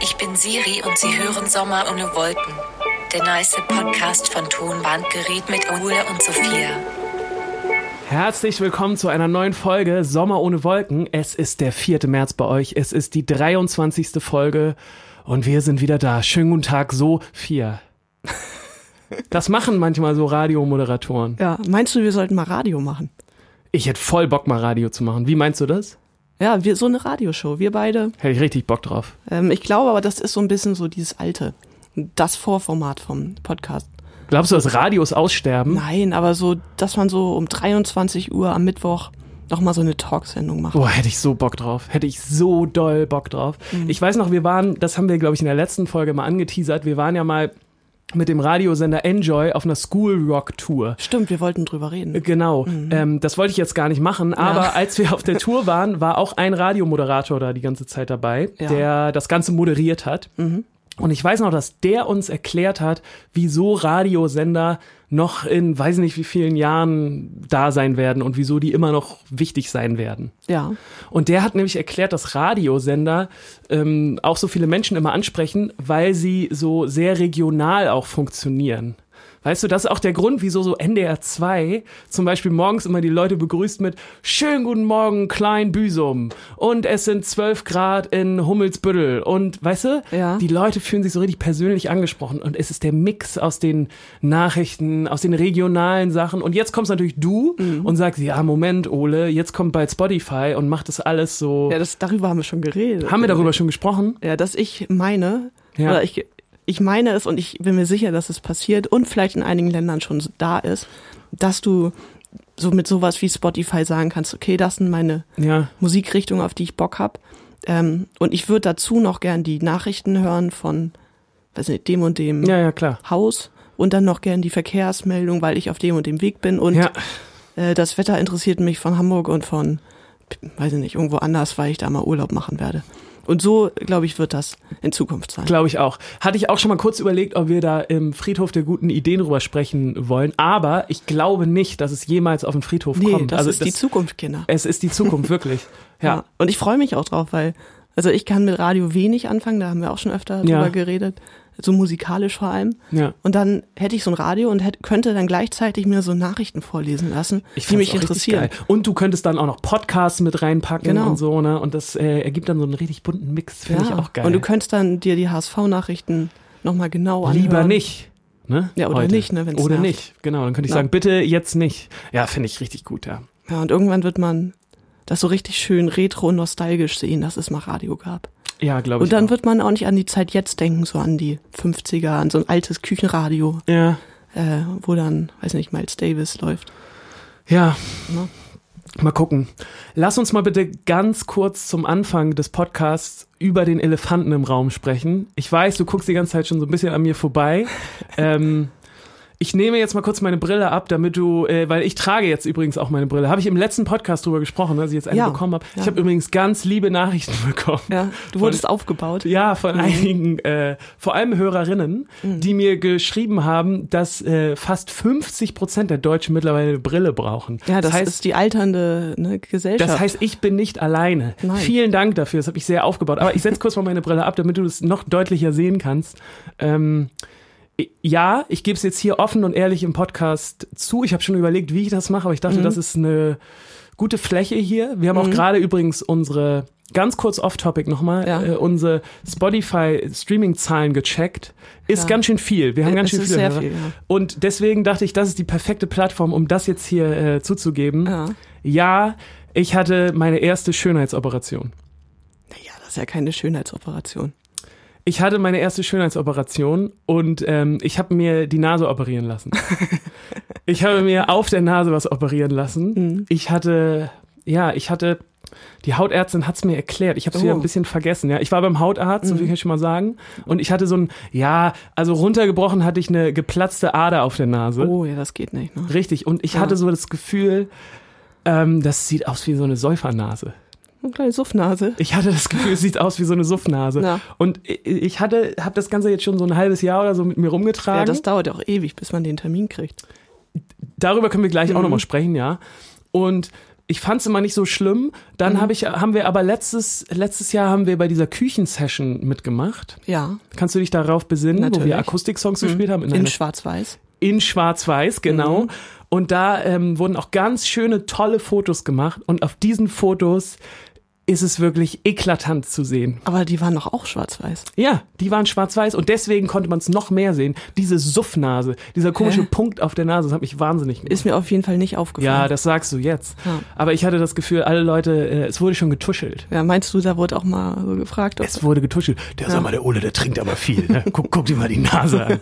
Ich bin Siri und Sie hören Sommer ohne Wolken. Der nice Podcast von Tonbandgerät mit Ole und Sophia. Herzlich willkommen zu einer neuen Folge Sommer ohne Wolken. Es ist der 4. März bei euch. Es ist die 23. Folge und wir sind wieder da. Schönen guten Tag, Sophia. Das machen manchmal so Radiomoderatoren. Ja, meinst du, wir sollten mal Radio machen? Ich hätte voll Bock, mal Radio zu machen. Wie meinst du das? Ja, wir so eine Radioshow, wir beide. Hätte ich richtig Bock drauf. Ähm, ich glaube aber, das ist so ein bisschen so dieses alte, das Vorformat vom Podcast. Glaubst du, dass Radios aussterben? Nein, aber so, dass man so um 23 Uhr am Mittwoch nochmal so eine Talksendung macht. Boah, hätte ich so Bock drauf. Hätte ich so doll Bock drauf. Ich weiß noch, wir waren, das haben wir, glaube ich, in der letzten Folge mal angeteasert, wir waren ja mal mit dem Radiosender Enjoy auf einer School Rock Tour. Stimmt, wir wollten drüber reden. Genau, ähm, das wollte ich jetzt gar nicht machen, aber als wir auf der Tour waren, war auch ein Radiomoderator da die ganze Zeit dabei, Ja. der das Ganze moderiert hat. Und ich weiß noch, dass der uns erklärt hat, wieso Radiosender noch in weiß nicht wie vielen Jahren da sein werden und wieso die immer noch wichtig sein werden. Ja. Und der hat nämlich erklärt, dass Radiosender ähm, auch so viele Menschen immer ansprechen, weil sie so sehr regional auch funktionieren. Weißt du, das ist auch der Grund, wieso so NDR 2 zum Beispiel morgens immer die Leute begrüßt mit Schönen guten Morgen, Klein Büsum. Und es sind 12 Grad in Hummelsbüttel. Und weißt du, Ja. die Leute fühlen sich so richtig persönlich angesprochen. Und es ist der Mix aus den Nachrichten, aus den regionalen Sachen. Und jetzt kommst natürlich du Mhm. und sagst, ja, Moment, Ole, jetzt kommt bald Spotify und macht das alles so. Ja, das, darüber haben wir schon geredet. Haben wir darüber schon gesprochen? Ja, dass ich meine, Ja. oder ich, ich meine es und ich bin mir sicher, dass es passiert und vielleicht in einigen Ländern schon da ist, dass du so mit sowas wie Spotify sagen kannst, okay, das sind meine Ja. Musikrichtung, auf die ich Bock hab. Ähm, und ich würde dazu noch gern die Nachrichten hören von, weiß nicht, dem und dem Ja, ja, klar. Haus und dann noch gern die Verkehrsmeldung, weil ich auf dem und dem Weg bin und Ja. äh, das Wetter interessiert mich von Hamburg und von, weiß ich nicht, irgendwo anders, weil ich da mal Urlaub machen werde. Und so, glaube ich, wird das in Zukunft sein. Glaube ich auch. Hatte ich auch schon mal kurz überlegt, ob wir da im Friedhof der guten Ideen drüber sprechen wollen. Aber ich glaube nicht, dass es jemals auf den Friedhof Nee, kommt. das also ist die Zukunft, Kinder. es ist die Zukunft, wirklich. Ja. Und ich freue mich auch drauf, weil, also ich kann mit Radio wenig anfangen, da haben wir auch schon öfter Ja. drüber geredet. So musikalisch vor allem. Ja. Und dann hätte ich so ein Radio und hätte, könnte dann gleichzeitig mir so Nachrichten vorlesen lassen, die fand's mich auch richtig interessieren. geil. Und du könntest dann auch noch Podcasts mit reinpacken Genau. und so, ne? Und das äh, ergibt dann so einen richtig bunten Mix. Finde ich auch geil. Und du könntest dann dir die HSV-Nachrichten nochmal genau anhören. Lieber nicht. Ne? Ja, oder Heute. nicht, ne, wenn's Oder nervt. nicht, genau. Dann könnte ich Ja. sagen, bitte jetzt nicht. Ja, finde ich richtig gut, ja. Ja, und irgendwann wird man das so richtig schön retro und nostalgisch sehen, dass es mal Radio gab. Ja, glaube ich. Und dann auch. wird man auch nicht an die Zeit jetzt denken, so an die 50er, an so ein altes Küchenradio, Ja. äh, wo dann, weiß nicht, Miles Davis läuft. Ja. Ne? Mal gucken. Lass uns mal bitte ganz kurz zum Anfang des Podcasts über den Elefanten im Raum sprechen. Ich weiß, du guckst die ganze Zeit schon so ein bisschen an mir vorbei. ähm, ich nehme jetzt mal kurz meine Brille ab, damit du, äh, weil ich trage jetzt übrigens auch meine Brille. Habe ich im letzten Podcast drüber gesprochen, dass ich jetzt eine Ja, bekommen habe. Ich ja. habe übrigens ganz liebe Nachrichten bekommen. Ja, Mhm. du wurdest aufgebaut. Ja, von einigen, äh, vor allem Hörerinnen, Mhm. die mir geschrieben haben, dass äh, fast 50 Prozent der Deutschen mittlerweile eine Brille brauchen. Ja, das, heißt, ist die alternde ne, Gesellschaft. das heißt, ich bin nicht alleine. Nein. Vielen Dank dafür, das hat mich sehr aufgebaut. Aber ich setze kurz mal meine Brille ab, damit du es noch deutlicher sehen kannst. Ähm, i- ja, ich gebe es jetzt hier offen und ehrlich im Podcast zu. Ich habe schon überlegt, wie ich das mache, aber ich dachte, Mhm. das ist eine gute Fläche hier. Wir haben auch gerade übrigens unsere, ganz kurz off-topic nochmal, Ja. äh, unsere Spotify-Streaming-Zahlen gecheckt. Ist Ja. ganz schön viel. Wir haben Ja, ganz es schön ist viele. sehr Hörer. viel, ja. Und deswegen dachte ich, das ist die perfekte Plattform, um das jetzt hier äh, zuzugeben. Ja. Ja, ich hatte meine erste Schönheitsoperation. naja, das ist ja keine Schönheitsoperation. Ich hatte meine erste Schönheitsoperation und ähm, ich habe mir die Nase operieren lassen. ich habe mir auf der Nase was operieren lassen. Mhm. Ich hatte, ja, ich hatte, die Hautärztin hat's mir erklärt. Ich habe es Oh. Mhm. wieder ein bisschen vergessen. Ja, ich war beim Hautarzt, so will ich schon mal sagen. Und ich hatte so ein, ja, also runtergebrochen hatte ich eine geplatzte Ader auf der Nase. Oh ja, das geht nicht. Ne? Richtig. Und ich Ja. hatte so das Gefühl, ähm, das sieht aus wie so eine Säufernase. Eine kleine Suffnase. Ich hatte das Gefühl, es sieht aus wie so eine Suffnase. Ja. Und i- ich hatte, habe das Ganze jetzt schon so ein halbes Jahr oder so mit mir rumgetragen. Ja, das dauert ja auch ewig, bis man den Termin kriegt. Mhm. Darüber können wir gleich auch nochmal sprechen, ja. Und ich fand es immer nicht so schlimm. Dann Mhm. hab ich, haben wir aber letztes, letztes Jahr haben wir bei dieser Küchensession mitgemacht. Ja, Kannst du dich darauf besinnen, wo Natürlich. Mhm. wir Akustiksongs gespielt haben? in, Mhm. einer- schwarz-weiß. in Schwarz-Weiß, genau. Und da ähm, wurden auch ganz schöne, tolle Fotos gemacht. Und auf diesen Fotos ist es wirklich eklatant zu sehen. Aber die waren doch auch schwarz-weiß. Ja, die waren schwarz-weiß und deswegen konnte man es noch mehr sehen. Diese Suffnase, dieser komische Hä? Punkt auf der Nase, das hat mich wahnsinnig gemacht. Ist mir auf jeden Fall nicht aufgefallen. ja, das sagst du jetzt. Ja. Aber ich hatte das Gefühl, alle Leute, äh, es wurde schon getuschelt. Ja, meinst du, da wurde auch mal so gefragt? Ob Es wurde getuschelt. Der sag mal, der Ole, der trinkt aber viel. Ne? Guck, guck dir mal die Nase an.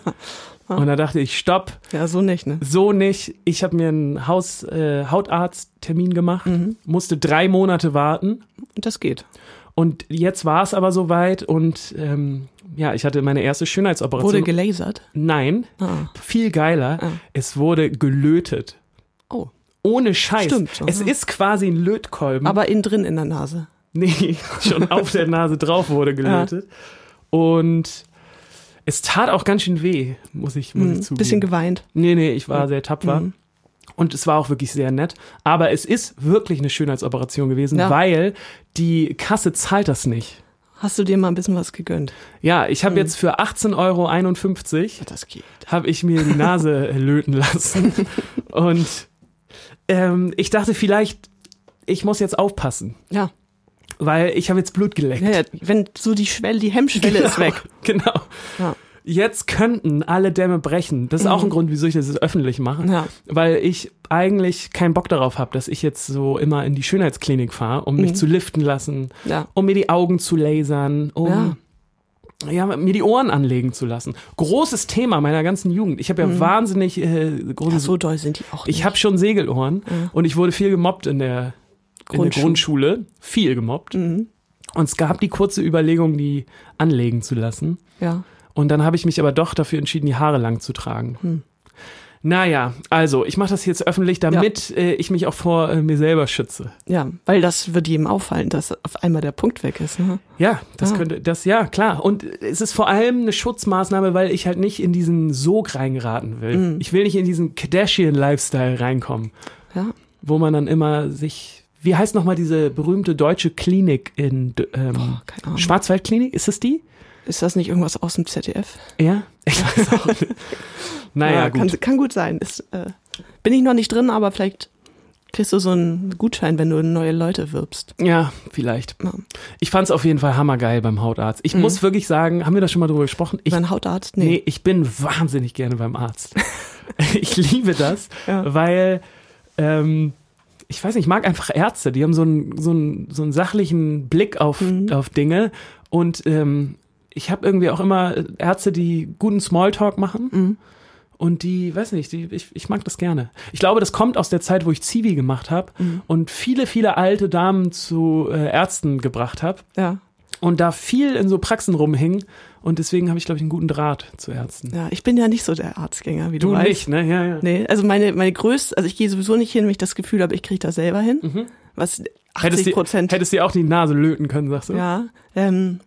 Und da dachte ich, stopp, ja, so nicht, ne? so nicht. Ich habe mir einen Haus, äh, Hautarzttermin gemacht, Mhm. musste drei Monate warten Das geht. und jetzt war es aber soweit und ähm, ja, ich hatte meine erste Schönheitsoperation. Wurde gelasert. Nein, Ah. viel geiler. Ah. Es wurde gelötet. Oh. Ohne Scheiß. Stimmt. Es Aha. ist quasi ein Lötkolben. Aber innen drin in der Nase. Nee, schon auf der Nase drauf wurde gelötet. Und es tat auch ganz schön weh, muss ich, muss ich Mhm. zugeben. Bisschen Hm. geweint. Nee, nee, ich war sehr tapfer. Und es war auch wirklich sehr nett. Aber es ist wirklich eine Schönheitsoperation gewesen, Ja. weil die Kasse zahlt das nicht. Hast du dir mal ein bisschen was gegönnt? Ja, ich Hm. habe jetzt für 18,51 Euro Das geht. habe ich mir die Nase löten lassen. Und ähm, ich dachte vielleicht, ich muss jetzt aufpassen, Ja. weil ich habe jetzt Blut geleckt. ja, ja wenn so die Schwelle, die Hemmschwelle ist weg. Genau. Ja. Jetzt könnten alle Dämme brechen. Das ist auch ein Grund, wieso ich das jetzt öffentlich mache. Mhm. Ja. Weil ich eigentlich keinen Bock darauf habe, dass ich jetzt so immer in die Schönheitsklinik fahre, um Mhm. mich zu liften lassen, Ja. um mir die Augen zu lasern, um Ja. ja. mir die Ohren anlegen zu lassen. Großes Thema meiner ganzen Jugend. Ich habe ja wahnsinnig äh, Ja, großes. Mhm. so doll sind die auch nicht. ich habe schon Segelohren und ich wurde viel gemobbt in der in der Grundschule. Mhm. Grundschule. Viel gemobbt. Und es gab die kurze Überlegung, die anlegen zu lassen. ja. Und dann habe ich mich aber doch dafür entschieden, die Haare lang zu tragen. Hm. Naja, also ich mache das jetzt öffentlich, damit äh, ich mich auch vor äh, mir selber schütze. ja, weil das wird jedem auffallen, dass auf einmal der Punkt weg ist. Ne? Ja, das Ah. könnte, das ja, klar. Und es ist vor allem eine Schutzmaßnahme, weil ich halt nicht in diesen Sog reingeraten will. Hm. Ich will nicht in diesen Kardashian-Lifestyle reinkommen, Ja. wo man dann immer sich, wie heißt nochmal diese berühmte deutsche Klinik in D- ähm, Boah, Oh, genau. keine Ahnung. Schwarzwaldklinik, ist das die? Ist das nicht irgendwas aus dem ZDF? Ja, ich weiß auch nicht. Naja, Ja, gut. Kann, kann gut sein. Ist, äh, bin ich noch nicht drin, aber vielleicht kriegst du so einen Gutschein, wenn du neue Leute wirbst. Ja, vielleicht. Ja. Ich fand's auf jeden Fall hammergeil beim Hautarzt. Mhm. Ich muss wirklich sagen, haben wir da schon mal drüber gesprochen? Ich, Ich, mein Hautarzt? nee. Nee. ich bin wahnsinnig gerne beim Arzt. ich liebe das, Ja. weil ähm, ich weiß nicht, ich mag einfach Ärzte, die haben so einen, so einen, so einen sachlichen Blick auf, auf Dinge und ähm, ich habe irgendwie auch immer Ärzte, die guten Smalltalk machen. Und die, weiß nicht, die, ich, ich mag das gerne. Ich glaube, das kommt aus der Zeit, wo ich Zivi gemacht habe und viele, viele alte Damen zu äh, Ärzten gebracht habe Ja. und da viel in so Praxen rumhing. Und deswegen habe ich, glaube ich, einen guten Draht zu Ärzten. ja, ich bin ja nicht so der Arztgänger, wie du, Du weißt. nicht, ne? Ja, ja. Nee, also meine, meine größte, also ich gehe sowieso nicht hin, wenn ich das Gefühl habe, ich kriege das selber hin. Was 80 dir, Prozent. hättest dir auch die Nase löten können, sagst du? Ja. Ähm,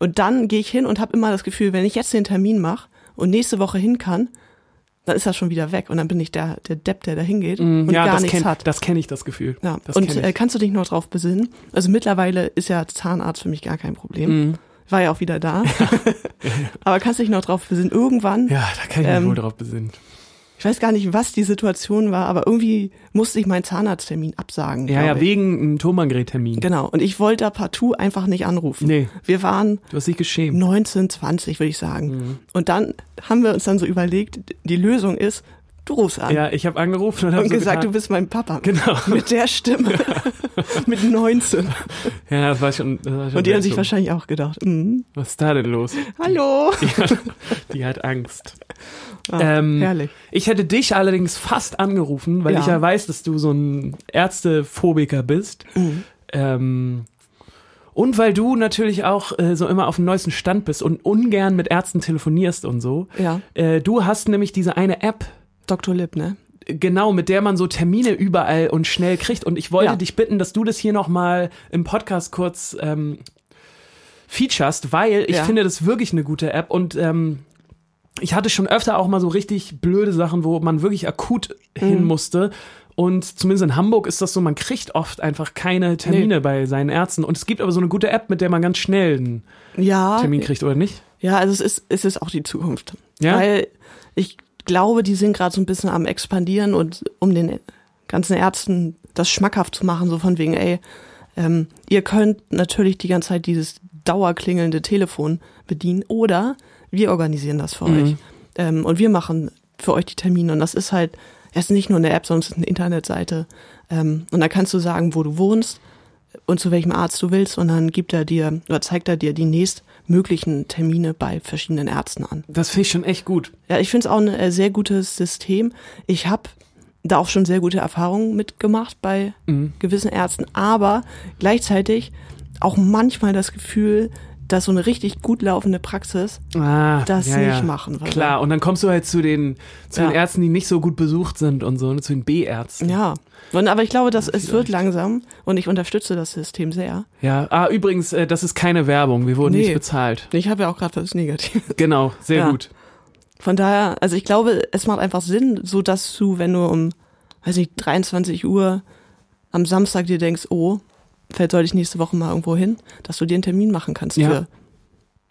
und dann gehe ich hin und habe immer das Gefühl, wenn ich jetzt den Termin mache und nächste Woche hin kann, dann ist das schon wieder weg und dann bin ich der, der Depp, der da hingeht und Mhm. Mm, ja gar das nichts kenn- hat. Das kenne ich, das Gefühl. Ja. Das Und kenn äh, ich. kannst du dich noch drauf besinnen? Also mittlerweile ist ja Zahnarzt für mich gar kein Mm. Problem. Mhm. War ja auch wieder da. Aber kannst du dich noch drauf besinnen? Irgendwann, ja, da kann ich mich ähm, wohl drauf besinnen. ich weiß gar nicht, was die Situation war, aber irgendwie musste ich meinen Zahnarzttermin absagen. Ja, ja, glaube ich. wegen einem Thomann-Gerät-Termin. Genau. Und ich wollte da partout einfach nicht anrufen. Nee. Wir waren Du hast dich geschämt. 19, 20, würde ich sagen. Mhm. Und dann haben wir uns dann so überlegt, die Lösung ist, du rufst an. Ja, ich habe angerufen und, hab Und so gesagt, du getan. bist mein Papa. Genau. Mit der Stimme. Mit 19. Ja, das war schon. Das war schon Und die haben sich seltsam. wahrscheinlich auch gedacht, mhm. Was ist da denn los? hallo. Die hat Angst. Ah, Ähm, herrlich. Ich hätte dich allerdings fast angerufen, weil Ja. ich ja weiß, dass du so ein Ärztephobiker bist. Mhm. Ähm, und weil du natürlich auch äh, so immer auf dem neuesten Stand bist und ungern mit Ärzten telefonierst und so. Ja. Äh, du hast nämlich diese eine App, Dr. Lipp, ne? äh, genau, mit der man so Termine überall und schnell kriegt. Und ich wollte Ja. dich bitten, dass du das hier nochmal im Podcast kurz ähm, featurest, weil ich Ja. finde das wirklich eine gute App und ähm, Mhm. ich hatte schon öfter auch mal so richtig blöde Sachen, wo man wirklich akut hin musste. Und zumindest in Hamburg ist das so, man kriegt oft einfach keine Termine bei seinen Ärzten. Und es gibt aber so eine gute App, mit der man ganz schnell einen Ja, Termin kriegt, oder nicht? ja, also es ist, es ist auch die Zukunft. Ja? Weil ich glaube, die sind gerade so ein bisschen am expandieren und um den ganzen Ärzten das schmackhaft zu machen, so von wegen, ey, ähm, ihr könnt natürlich die ganze Zeit dieses dauerklingelnde Telefon bedienen oder wir organisieren das für euch. Ähm, und wir machen für euch die Termine. Und das ist halt, es ist nicht nur eine App, sondern es ist eine Internetseite. Ähm, und da kannst du sagen, wo du wohnst und zu welchem Arzt du willst. Und dann gibt er dir oder zeigt er dir die nächstmöglichen Termine bei verschiedenen Ärzten an. Das finde ich schon echt gut. Ja, ich finde es auch ein äh, sehr gutes System. Ich habe da auch schon sehr gute Erfahrungen mitgemacht bei gewissen Ärzten, aber gleichzeitig auch manchmal das Gefühl, dass so eine richtig gut laufende Praxis, Ah, Das nicht machen würde. Klar, und dann kommst du halt zu den, zu den Ja. Ärzten, die nicht so gut besucht sind und so, ne, zu den B-Ärzten. ja. Und, aber ich glaube, dass es wird langsam und ich unterstütze das System sehr. Ja, ah, übrigens, äh, das ist keine Werbung, wir wurden Nee. nicht bezahlt. Ich habe ja auch gerade was Negatives. Genau, sehr Ja. gut. Von daher, also ich glaube, es macht einfach Sinn, so dass du, wenn du um, weiß nicht, 23 Uhr am Samstag dir denkst, oh, vielleicht sollte ich nächste Woche mal irgendwo hin, dass du dir einen Termin machen kannst Ja. für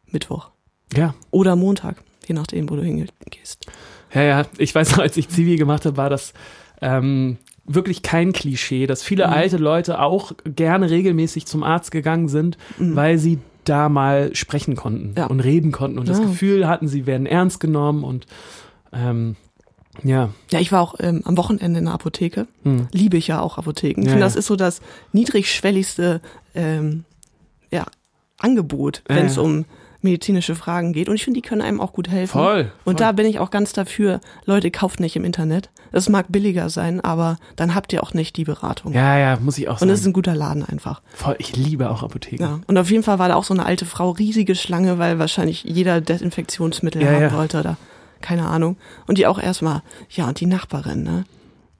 Mittwoch Ja. oder Montag, je nachdem, wo du hingehst. Ja, ja, ich weiß noch, als ich Zivi gemacht habe, war das ähm, wirklich kein Klischee, dass Mhm. viele alte Leute auch gerne regelmäßig zum Arzt gegangen sind, weil sie da mal sprechen konnten Mhm. Ja. und reden konnten und das Ja. Gefühl hatten, sie werden ernst genommen und ähm, ja, Ja, ich war auch ähm, am Wochenende in der Apotheke. Hm. Liebe ich ja auch Apotheken. Ich Ja, finde, ja. das ist so das niedrigschwelligste ähm, ja, Angebot, Ja, wenn es ja. um medizinische Fragen geht. Und ich finde, die können einem auch gut helfen. Voll, voll. Und da bin ich auch ganz dafür, Leute, kauft nicht im Internet. Es mag billiger sein, aber dann habt ihr auch nicht die Beratung. ja, ja, muss ich auch Und sagen. es ist ein guter Laden einfach. Voll, ich liebe auch Apotheken. Ja. Und auf jeden Fall war da auch so eine alte Frau, riesige Schlange, weil wahrscheinlich jeder Desinfektionsmittel Ja, haben ja. wollte oder keine Ahnung. Und die auch erstmal, ja, und die Nachbarin, ne?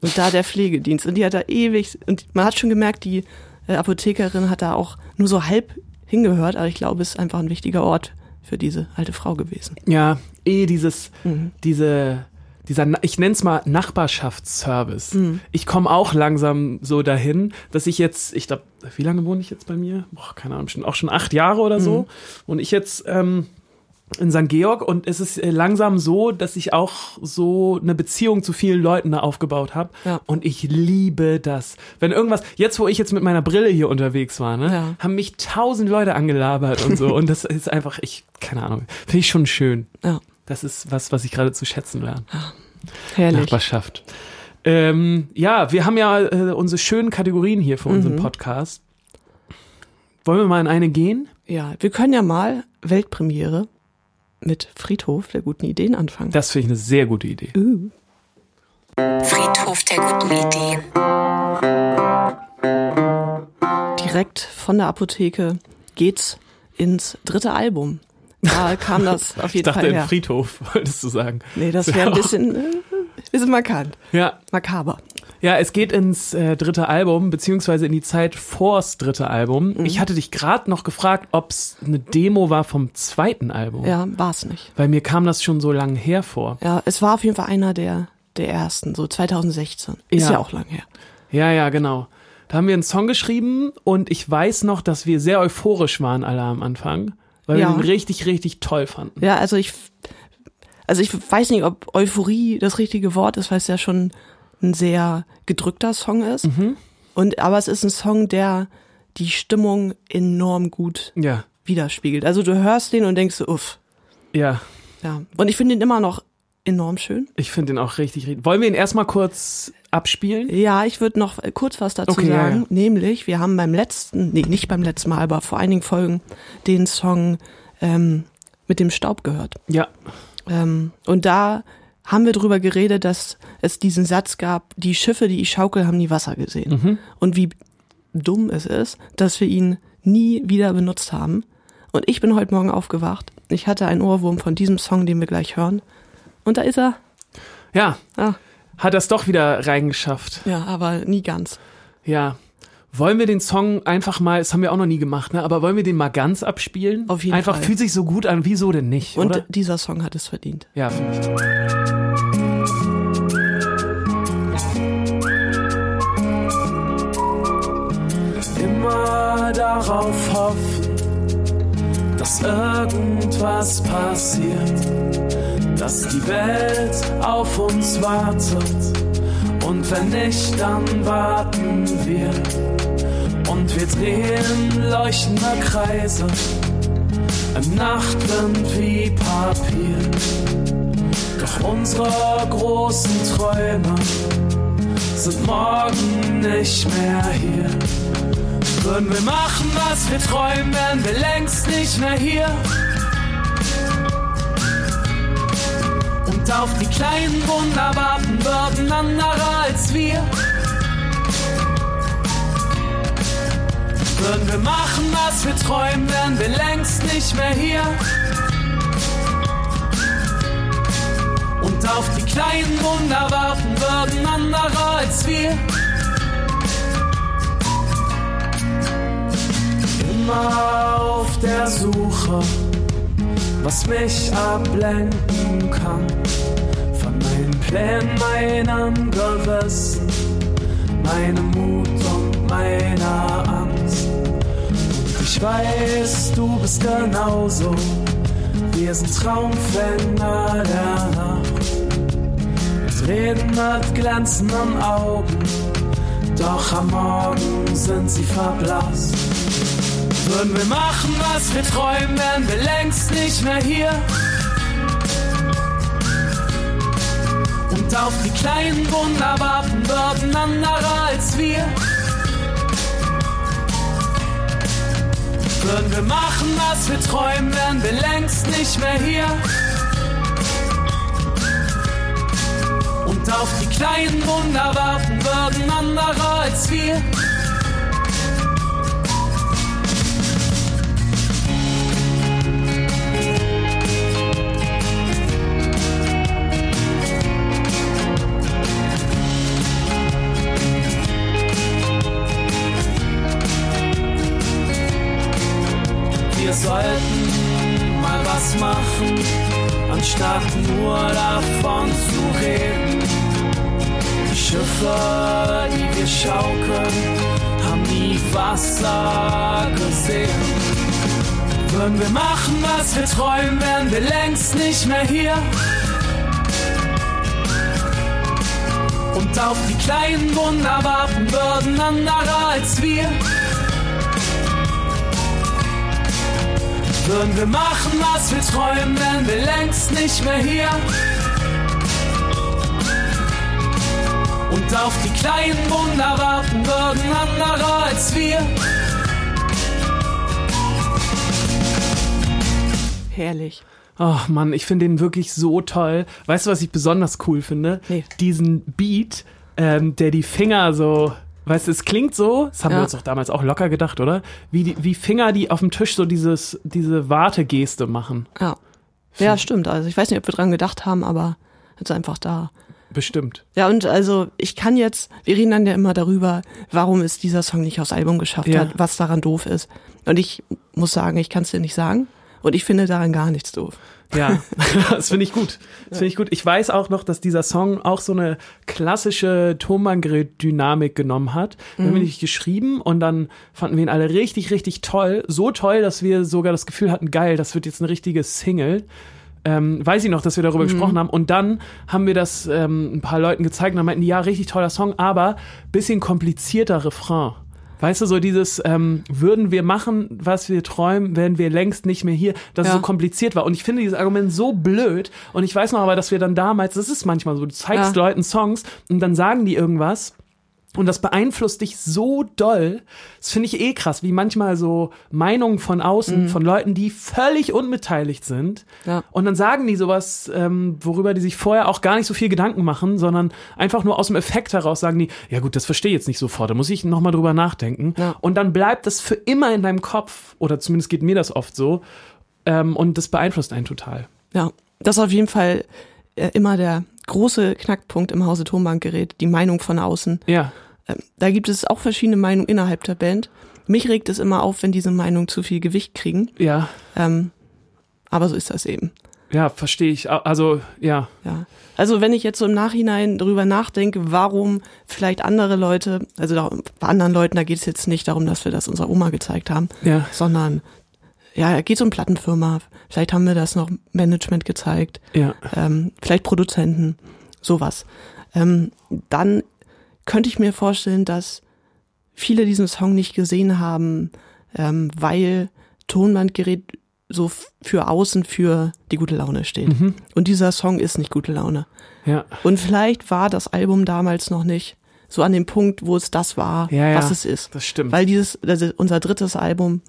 Und da der Pflegedienst. Und die hat da ewig, und man hat schon gemerkt, die äh, Apothekerin hat da auch nur so halb hingehört, aber ich glaube, es ist einfach ein wichtiger Ort für diese alte Frau gewesen. Ja, eh dieses, Mhm. diese, dieser, Na- ich nenn's mal Nachbarschaftsservice. Mhm. Ich komme auch langsam so dahin, dass ich jetzt, ich glaube, wie lange wohne ich jetzt bei mir? Boah, keine Ahnung, schon, auch schon acht Jahre oder so. Mhm. Und ich jetzt ähm, in St. Georg und es ist äh, langsam so, dass ich auch so eine Beziehung zu vielen Leuten da aufgebaut habe. Ja. Und ich liebe das. Wenn irgendwas, jetzt wo ich jetzt mit meiner Brille hier unterwegs war, ne, Ja. haben mich tausend Leute angelabert und so. und das ist einfach, ich, keine Ahnung, finde ich schon schön. Ja, Das ist was, was ich gerade zu schätzen lerne. herrlich. Nachbarschaft. Ähm, ja, wir haben ja äh, unsere schönen Kategorien hier für Mhm. unseren Podcast. Wollen wir mal in eine gehen? Ja, wir können ja mal Weltpremiere mit Friedhof der guten Ideen anfangen. Das finde ich eine sehr gute Idee. Uh, Friedhof der guten Ideen. direkt von der Apotheke geht's ins dritte Album. Da kam das auf Ich jeden dachte, Fall im her. Friedhof, wolltest du sagen. Nee, das wäre ein bisschen, äh, bisschen markant. Ja, Makaber. ja es geht ins äh, dritte Album, beziehungsweise in die Zeit vors dritte Album. Mhm. Ich hatte dich gerade noch gefragt, ob es eine Demo war vom zweiten Album. Ja, war's nicht. Weil mir kam das schon so lang her vor. Ja, es war auf jeden Fall einer der, der ersten, so 2016. Ist Ja. ja, auch lang her. Ja, ja, genau. Da haben wir einen Song geschrieben und ich weiß noch, dass wir sehr euphorisch waren alle am Anfang, weil Ja. wir den richtig, richtig toll fanden. Ja, also ich, also ich weiß nicht, ob Euphorie das richtige Wort ist, weil es ja schon ein sehr gedrückter Song ist. Mhm. Und, aber es ist ein Song, der die Stimmung enorm gut Ja, widerspiegelt. Also du hörst den und denkst, so, uff. ja. Ja. Und ich finde ihn immer noch enorm schön. Ich finde den auch richtig, richtig. Wollen wir ihn erstmal kurz abspielen? Ja, ich würde noch äh, kurz was dazu Okay, ja, sagen. ja. Nämlich, wir haben beim letzten, nee, nicht beim letzten Mal, aber vor einigen Folgen den Song ähm, mit dem Staub gehört. Ja. Ähm, und da haben wir drüber geredet, dass es diesen Satz gab, die Schiffe, die ich schaukel, haben nie Wasser gesehen. Mhm. Und wie dumm es ist, dass wir ihn nie wieder benutzt haben. Und ich bin heute Morgen aufgewacht. Ich hatte einen Ohrwurm von diesem Song, den wir gleich hören. Und da ist er. Ja. Ah, Hat das doch wieder reingeschafft. ja, aber nie ganz. Ja. Wollen wir den Song einfach mal, das haben wir auch noch nie gemacht, ne? Aber wollen wir den mal ganz abspielen? Auf jeden einfach Fall. fühlt sich so gut an, wieso denn nicht, Und oder? dieser Song hat es verdient. Ja, finde ich. immer darauf hoffen, dass irgendwas passiert, dass die Welt auf uns wartet. Und wenn nicht, dann warten wir. Und wir drehen leuchtende Kreise im Nachtwind wie Papier. Doch unsere großen Träume sind morgen nicht mehr hier. Würden wir machen, was wir träumen, wären wir längst nicht mehr hier. Und auf die kleinen Wunder warten würden andere als wir. Würden wir machen, was wir träumen, wären wir längst nicht mehr hier. Und auf die kleinen Wunder warten würden andere als wir. Immer auf der Suche, was mich ablenken kann. Von meinen Plänen, meinem Gewissen, meinem Mut und meiner Angst. Und ich weiß, du bist genauso. Wir sind Traumfänger der Nacht. Und reden mit glänzenden Augen. Doch am Morgen sind sie verblasst. Würden wir machen, was wir träumen, wären wir längst nicht mehr hier. Und auf die kleinen Wunder warten würden andere als wir. Würden wir machen, was wir träumen, wären wir längst nicht mehr hier. Und auf die kleinen Wunder warten würden andere als wir. Wir sollten mal was machen, anstatt nur davon zu reden. Die Schiffe, die wir schaukeln, haben nie Wasser gesehen. Würden wir machen, was wir träumen, wären wir längst nicht mehr hier. Und auf die kleinen Wunder warten würden andere als wir. Würden wir machen, was wir träumen, wären wir längst nicht mehr hier. Und auf die kleinen Wunder warten würden andere als wir. Herrlich. Ach Mann, ich finde den wirklich so toll. Weißt du, was ich besonders cool finde? Nee. Diesen Beat, ähm, der die Finger so. Weißt du, es klingt so, das haben wir Ja. uns doch damals auch locker gedacht, oder? Wie, die, wie Finger, die auf dem Tisch so dieses, diese Wartegeste machen. Ja. Ja, stimmt. Also ich weiß nicht, ob wir dran gedacht haben, aber jetzt einfach da. Bestimmt. Ja, und also ich kann jetzt, wir reden dann ja immer darüber, warum es dieser Song nicht aufs Album geschafft Ja. hat, was daran doof ist. Und ich muss sagen, ich kann es dir nicht sagen. Und ich finde daran gar nichts doof. Ja, das finde ich gut. Das finde ich gut. Ich weiß auch noch, dass dieser Song auch so eine klassische Tonbandgerät-Dynamik genommen hat. Wir haben ihn nämlich geschrieben und dann fanden wir ihn alle richtig, richtig toll. So toll, dass wir sogar das Gefühl hatten, geil, das wird jetzt eine richtige Single. Ähm, weiß ich noch, dass wir Mhm. darüber gesprochen haben. Und dann haben wir das ähm, ein paar Leuten gezeigt und dann meinten die, ja, richtig toller Song, aber bisschen komplizierter Refrain. Weißt du, so dieses, ähm, würden wir machen, was wir träumen, wären wir längst nicht mehr hier, dass es Ja. so kompliziert war. Und ich finde dieses Argument so blöd. Und ich weiß noch aber, dass wir dann damals, das ist manchmal so, du zeigst Ja. Leuten Songs und dann sagen die irgendwas und das beeinflusst dich so doll. Das finde ich eh krass, wie manchmal so Meinungen von außen, von Leuten, die völlig unbeteiligt sind. Mhm. Ja. Und dann sagen die sowas, ähm, worüber die sich vorher auch gar nicht so viel Gedanken machen, sondern einfach nur aus dem Effekt heraus sagen die, ja gut, das verstehe ich jetzt nicht sofort, da muss ich nochmal drüber nachdenken. Ja. Und dann bleibt das für immer in deinem Kopf, oder zumindest geht mir das oft so. Ähm, und das beeinflusst einen total. Ja, das ist auf jeden Fall äh, immer der große Knackpunkt im Hause Tonbankgerät, die Meinung von außen. Ja. Ähm, Da gibt es auch verschiedene Meinungen innerhalb der Band. Mich regt es immer auf, wenn diese Meinungen zu viel Gewicht kriegen. Ja. Ähm, aber so ist das eben. Ja, verstehe ich. A- Also, ja. Ja. Also wenn ich jetzt so im Nachhinein darüber nachdenke, warum vielleicht andere Leute, also da, bei anderen Leuten, da geht es jetzt nicht darum, dass wir das unserer Oma gezeigt haben, Ja. sondern ja, geht es um Plattenfirma. Vielleicht haben wir das noch Management gezeigt, Ja. ähm, vielleicht Produzenten, sowas. Ähm, dann könnte ich mir vorstellen, dass viele diesen Song nicht gesehen haben, ähm, weil Tonbandgerät so f- für außen für die gute Laune steht. Mhm. Und dieser Song ist nicht gute Laune. Ja. Und vielleicht war das Album damals noch nicht so an dem Punkt, wo es das war, Ja, ja. was es ist. Das stimmt. Weil dieses, also unser drittes Album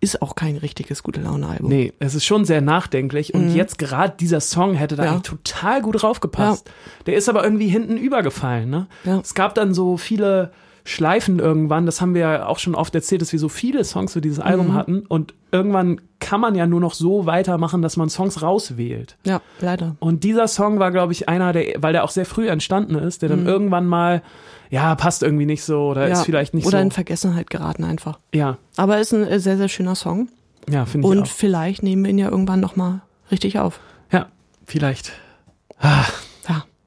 ist auch kein richtiges gute Laune-Album. Nee, es ist schon sehr nachdenklich und jetzt gerade dieser Song hätte da Mhm. Ja. eigentlich total gut draufgepasst. Der ist aber irgendwie hinten übergefallen, ne? Ja. Es gab dann so viele Schleifen irgendwann, das haben wir ja auch schon oft erzählt, dass wir so viele Songs für dieses Mhm. Album hatten und irgendwann kann man ja nur noch so weitermachen, dass man Songs rauswählt. Ja, leider. Und dieser Song war, glaube ich, einer, der, weil der auch sehr früh entstanden ist, der dann irgendwann mal, ja, passt irgendwie nicht so oder Mhm. ja. Äh, ist vielleicht nicht Oder in so. Vergessenheit geraten einfach. Ja, Aber ist ein äh, sehr, sehr schöner Song. ja, finde ich Und auch. vielleicht nehmen wir ihn ja irgendwann nochmal richtig auf. Ja, vielleicht. Ja,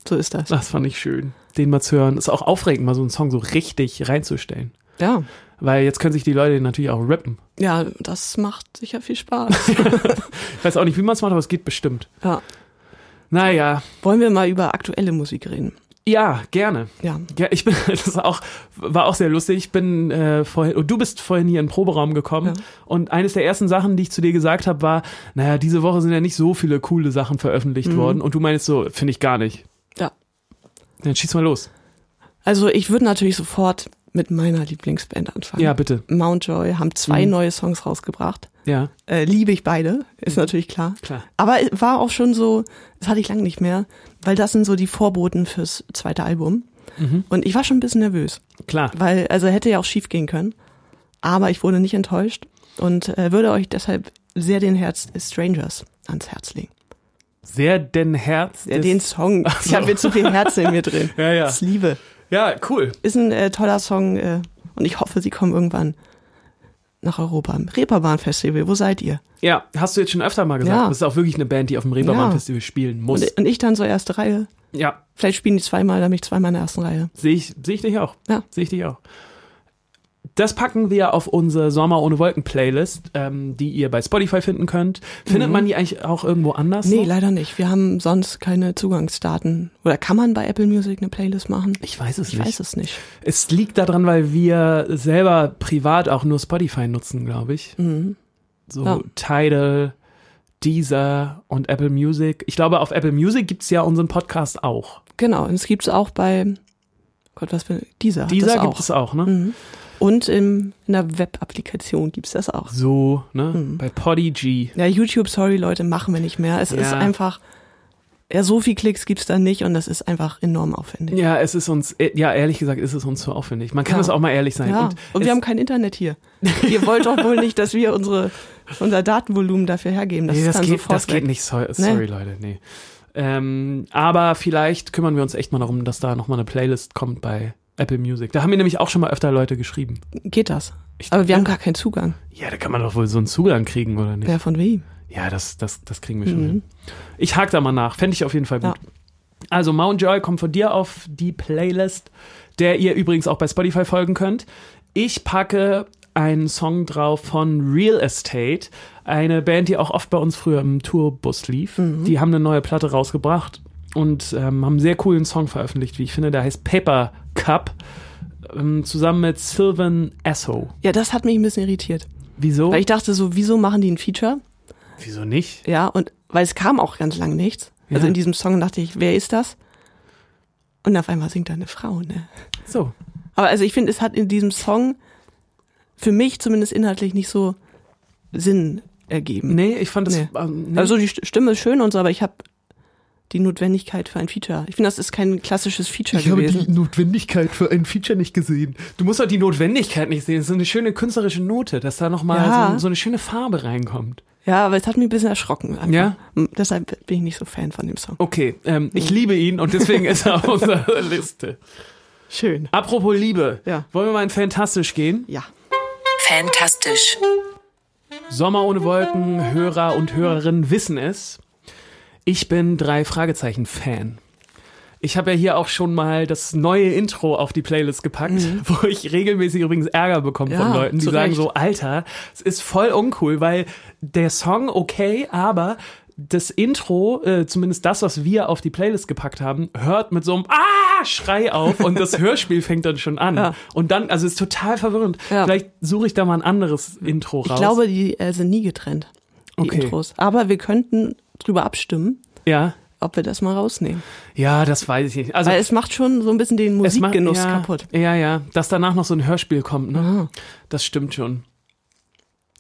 so ist das. Das fand ich schön, den mal zu hören. Ist auch aufregend, mal so einen Song so richtig reinzustellen. Ja. Weil jetzt können sich die Leute den natürlich auch rappen. Ja, das macht sicher viel Spaß. Ich weiß auch nicht, wie man es macht, aber es geht bestimmt. ja. Naja, Wollen wir mal über aktuelle Musik reden? ja, gerne. Ja. Ja, ich bin, das ist auch, war auch sehr lustig. Ich bin äh, vorhin, und du bist vorhin hier in den Proberaum gekommen. Ja. Und eines der ersten Sachen, die ich zu dir gesagt habe, war, naja, diese Woche sind ja nicht so viele coole Sachen veröffentlicht worden. Und du meinst so, finde ich gar nicht. Mhm. Ja. Dann schieß mal los. Also ich würde natürlich sofort mit meiner Lieblingsband anfangen. Ja, bitte. Mountjoy haben zwei Mhm. neue Songs rausgebracht. Ja, Äh, liebe ich beide, ist Mhm. natürlich klar. klar. Aber es war auch schon so, das hatte ich lange nicht mehr, weil das sind so die Vorboten fürs zweite Album. Mhm. Und ich war schon ein bisschen nervös, Klar. weil, also hätte ja auch schief gehen können. Aber ich wurde nicht enttäuscht und äh, würde euch deshalb sehr den Herz Strangers ans Herz legen. Sehr denn Herz. Äh, des- den Song. Ich habe jetzt zu viel Herz in mir drin. Ja, ja. Das Liebe. Ja, cool. Ist ein äh, toller Song äh, und ich hoffe, sie kommen irgendwann nach Europa. Im Reeperbahn-Festival, wo seid ihr? Ja, hast du jetzt schon öfter mal gesagt. Ja. Das ist auch wirklich eine Band, die auf dem Reeperbahn-Festival spielen muss. Und, und ich dann so erste Reihe. ja, Vielleicht spielen die zweimal, dann bin ich zweimal in der ersten Reihe. sehe ich, sehe ich dich auch. Ja. Sehe ich dich auch. Das packen wir auf unsere Sommer ohne Wolken-Playlist, ähm, die ihr bei Spotify finden könnt. Findet man die eigentlich auch irgendwo anders? Mhm. Nee, noch? leider nicht. Wir haben sonst keine Zugangsdaten. Oder kann man bei Apple Music eine Playlist machen? Ich weiß es Ich nicht. weiß es nicht. Es liegt daran, weil wir selber privat auch nur Spotify nutzen, glaube ich. So Mhm. Ja. Tidal, Deezer und Apple Music. Ich glaube, auf Apple Music gibt's ja unseren Podcast auch. Genau, und es gibt's auch bei, Gott, was für, dieser. Deezer das gibt auch. Mhm. es auch, ne? Und im, in der Web-Applikation gibt's das auch. So, ne? Hm. Bei Podigy. Ja, YouTube, sorry Leute, machen wir nicht mehr. Es Ja. ist einfach, ja, so viel Klicks gibt's da nicht und das ist einfach enorm aufwendig. Ja, es ist uns, eh, ja, ehrlich gesagt, ist es uns zu aufwendig. Man kann Ja. es auch mal ehrlich sein. Ja, und, es, wir haben kein Internet hier. Ihr wollt doch wohl nicht, dass wir unsere, unser Datenvolumen dafür hergeben. Das nee, ist das dann geht, sofort das geht weg. nicht. So, sorry, Nee. Leute, nee. Ähm, aber vielleicht kümmern wir uns echt mal darum, dass da nochmal eine Playlist kommt bei Apple Music. Da haben mir nämlich auch schon mal öfter Leute geschrieben. Geht das. Ich- Aber wir haben gar keinen Zugang. Ja, da kann man doch wohl so einen Zugang kriegen, oder nicht? Wer von wem? Ja, das, das, das kriegen wir Mhm. schon hin. Ich hake da mal nach. Fände ich auf jeden Fall gut. Ja. Also Mountjoy kommt von dir auf die Playlist, der ihr übrigens auch bei Spotify folgen könnt. Ich packe einen Song drauf von Real Estate, eine Band, die auch oft bei uns früher im Tourbus lief. Mhm. Die haben eine neue Platte rausgebracht und ähm, haben einen sehr coolen Song veröffentlicht, wie ich finde. Der heißt Paper Cup, ähm, zusammen mit Sylvan Esso. Ja, das hat mich ein bisschen irritiert. Wieso? Weil ich dachte so, wieso machen die ein Feature? Wieso nicht? Ja, und weil es kam auch ganz lang nichts. Also Ja. in diesem Song dachte ich, wer ist das? Und auf einmal singt da eine Frau, ne? So. Aber also ich finde, es hat in diesem Song für mich zumindest inhaltlich nicht so Sinn ergeben. Nee, ich fand das. Nee. ähm, nee. Also die St- Stimme ist schön und so, aber ich habe die Notwendigkeit für ein Feature. Ich finde, das ist kein klassisches Feature gewesen. Notwendigkeit für ein Feature nicht gesehen. Du musst doch die Notwendigkeit nicht sehen. Das ist so eine schöne künstlerische Note, dass da nochmal Ja. so, so eine schöne Farbe reinkommt. ja, aber es hat mich ein bisschen erschrocken. einfach. Ja? M- Deshalb bin ich nicht so Fan von dem Song. Okay, ähm, ich liebe ihn und deswegen ist er auf unserer Liste. Schön. Apropos Liebe, Ja. wollen wir mal in Fantastisch gehen? Ja. Fantastisch. Sommer ohne Wolken, Hörer und Hörerinnen wissen es. Ich bin drei Fragezeichen Fan. Ich habe ja hier auch schon mal das neue Intro auf die Playlist gepackt, wo ich regelmäßig übrigens Ärger bekomme von Mhm. Ja, Leuten, die zu sagen Recht. so, Alter, es ist voll uncool, weil der Song okay, aber das Intro, äh, zumindest das, was wir auf die Playlist gepackt haben, hört mit so einem Ah-Schrei auf und das Hörspiel fängt dann schon an. Ja. Und dann, also ist total verwirrend. Ja. Vielleicht suche ich da mal ein anderes Intro raus. Ich glaube, die äh, sind nie getrennt, die Okay. Intros. Aber wir könnten drüber abstimmen, ja. ob wir das mal rausnehmen. Ja, das weiß ich nicht. Also Weil es macht schon so ein bisschen den es macht- Musikgenuss ja, kaputt. Ah. Ja, ja, dass danach noch so ein Hörspiel kommt, ne? Das stimmt schon.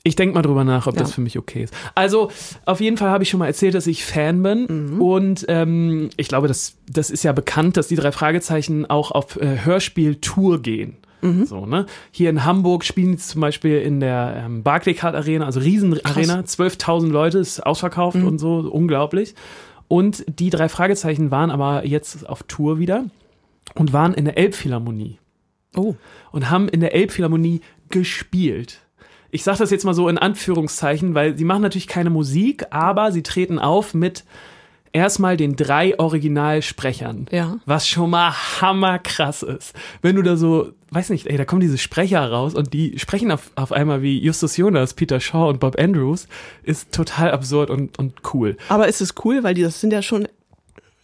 Ich denke mal drüber nach, ob Ja. das für mich okay ist. Also, auf jeden Fall habe ich schon mal erzählt, dass ich Fan bin. Mhm. Und ähm, ich glaube, das, das ist ja bekannt, dass die drei Fragezeichen auch auf äh, Hörspieltour gehen. Mhm. So, ne? Hier in Hamburg spielen die zum Beispiel in der ähm, Barclaycard Arena, also Riesenarena, 12.000 Leute, ist ausverkauft Mhm. und so, unglaublich. Und die drei Fragezeichen waren aber jetzt auf Tour wieder und waren in der Elbphilharmonie Oh. und haben in der Elbphilharmonie gespielt. Ich sage das jetzt mal so in Anführungszeichen, weil sie machen natürlich keine Musik, aber sie treten auf mit erstmal den drei Originalsprechern. Ja. Was schon mal hammerkrass ist. Wenn du da so, weiß nicht, ey, da kommen diese Sprecher raus und die sprechen auf, auf einmal wie Justus Jonas, Peter Shaw und Bob Andrews, ist total absurd und, und cool. Aber ist es cool, weil die, das sind ja schon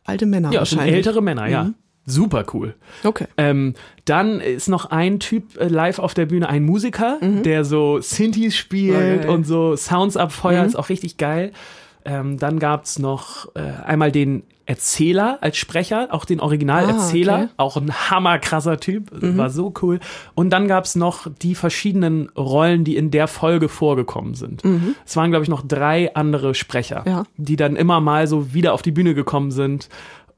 alte Männer Ja, schon wahrscheinlich. Mhm. ältere Männer, ja. Super cool. Okay. Ähm, dann ist noch ein Typ äh, live auf der Bühne, ein Musiker, der so Synthes Ja, spielt Mhm. Oh, geil. Mhm. und so Sounds abfeuert, ist auch richtig geil. Ähm, dann gab's noch äh, einmal den Erzähler als Sprecher, auch den Originalerzähler, Ah, okay. auch ein hammerkrasser Typ, war so cool. Und dann gab's noch die verschiedenen Rollen, die in der Folge vorgekommen sind. Es waren, glaube ich, noch drei andere Sprecher, Ja. die dann immer mal so wieder auf die Bühne gekommen sind.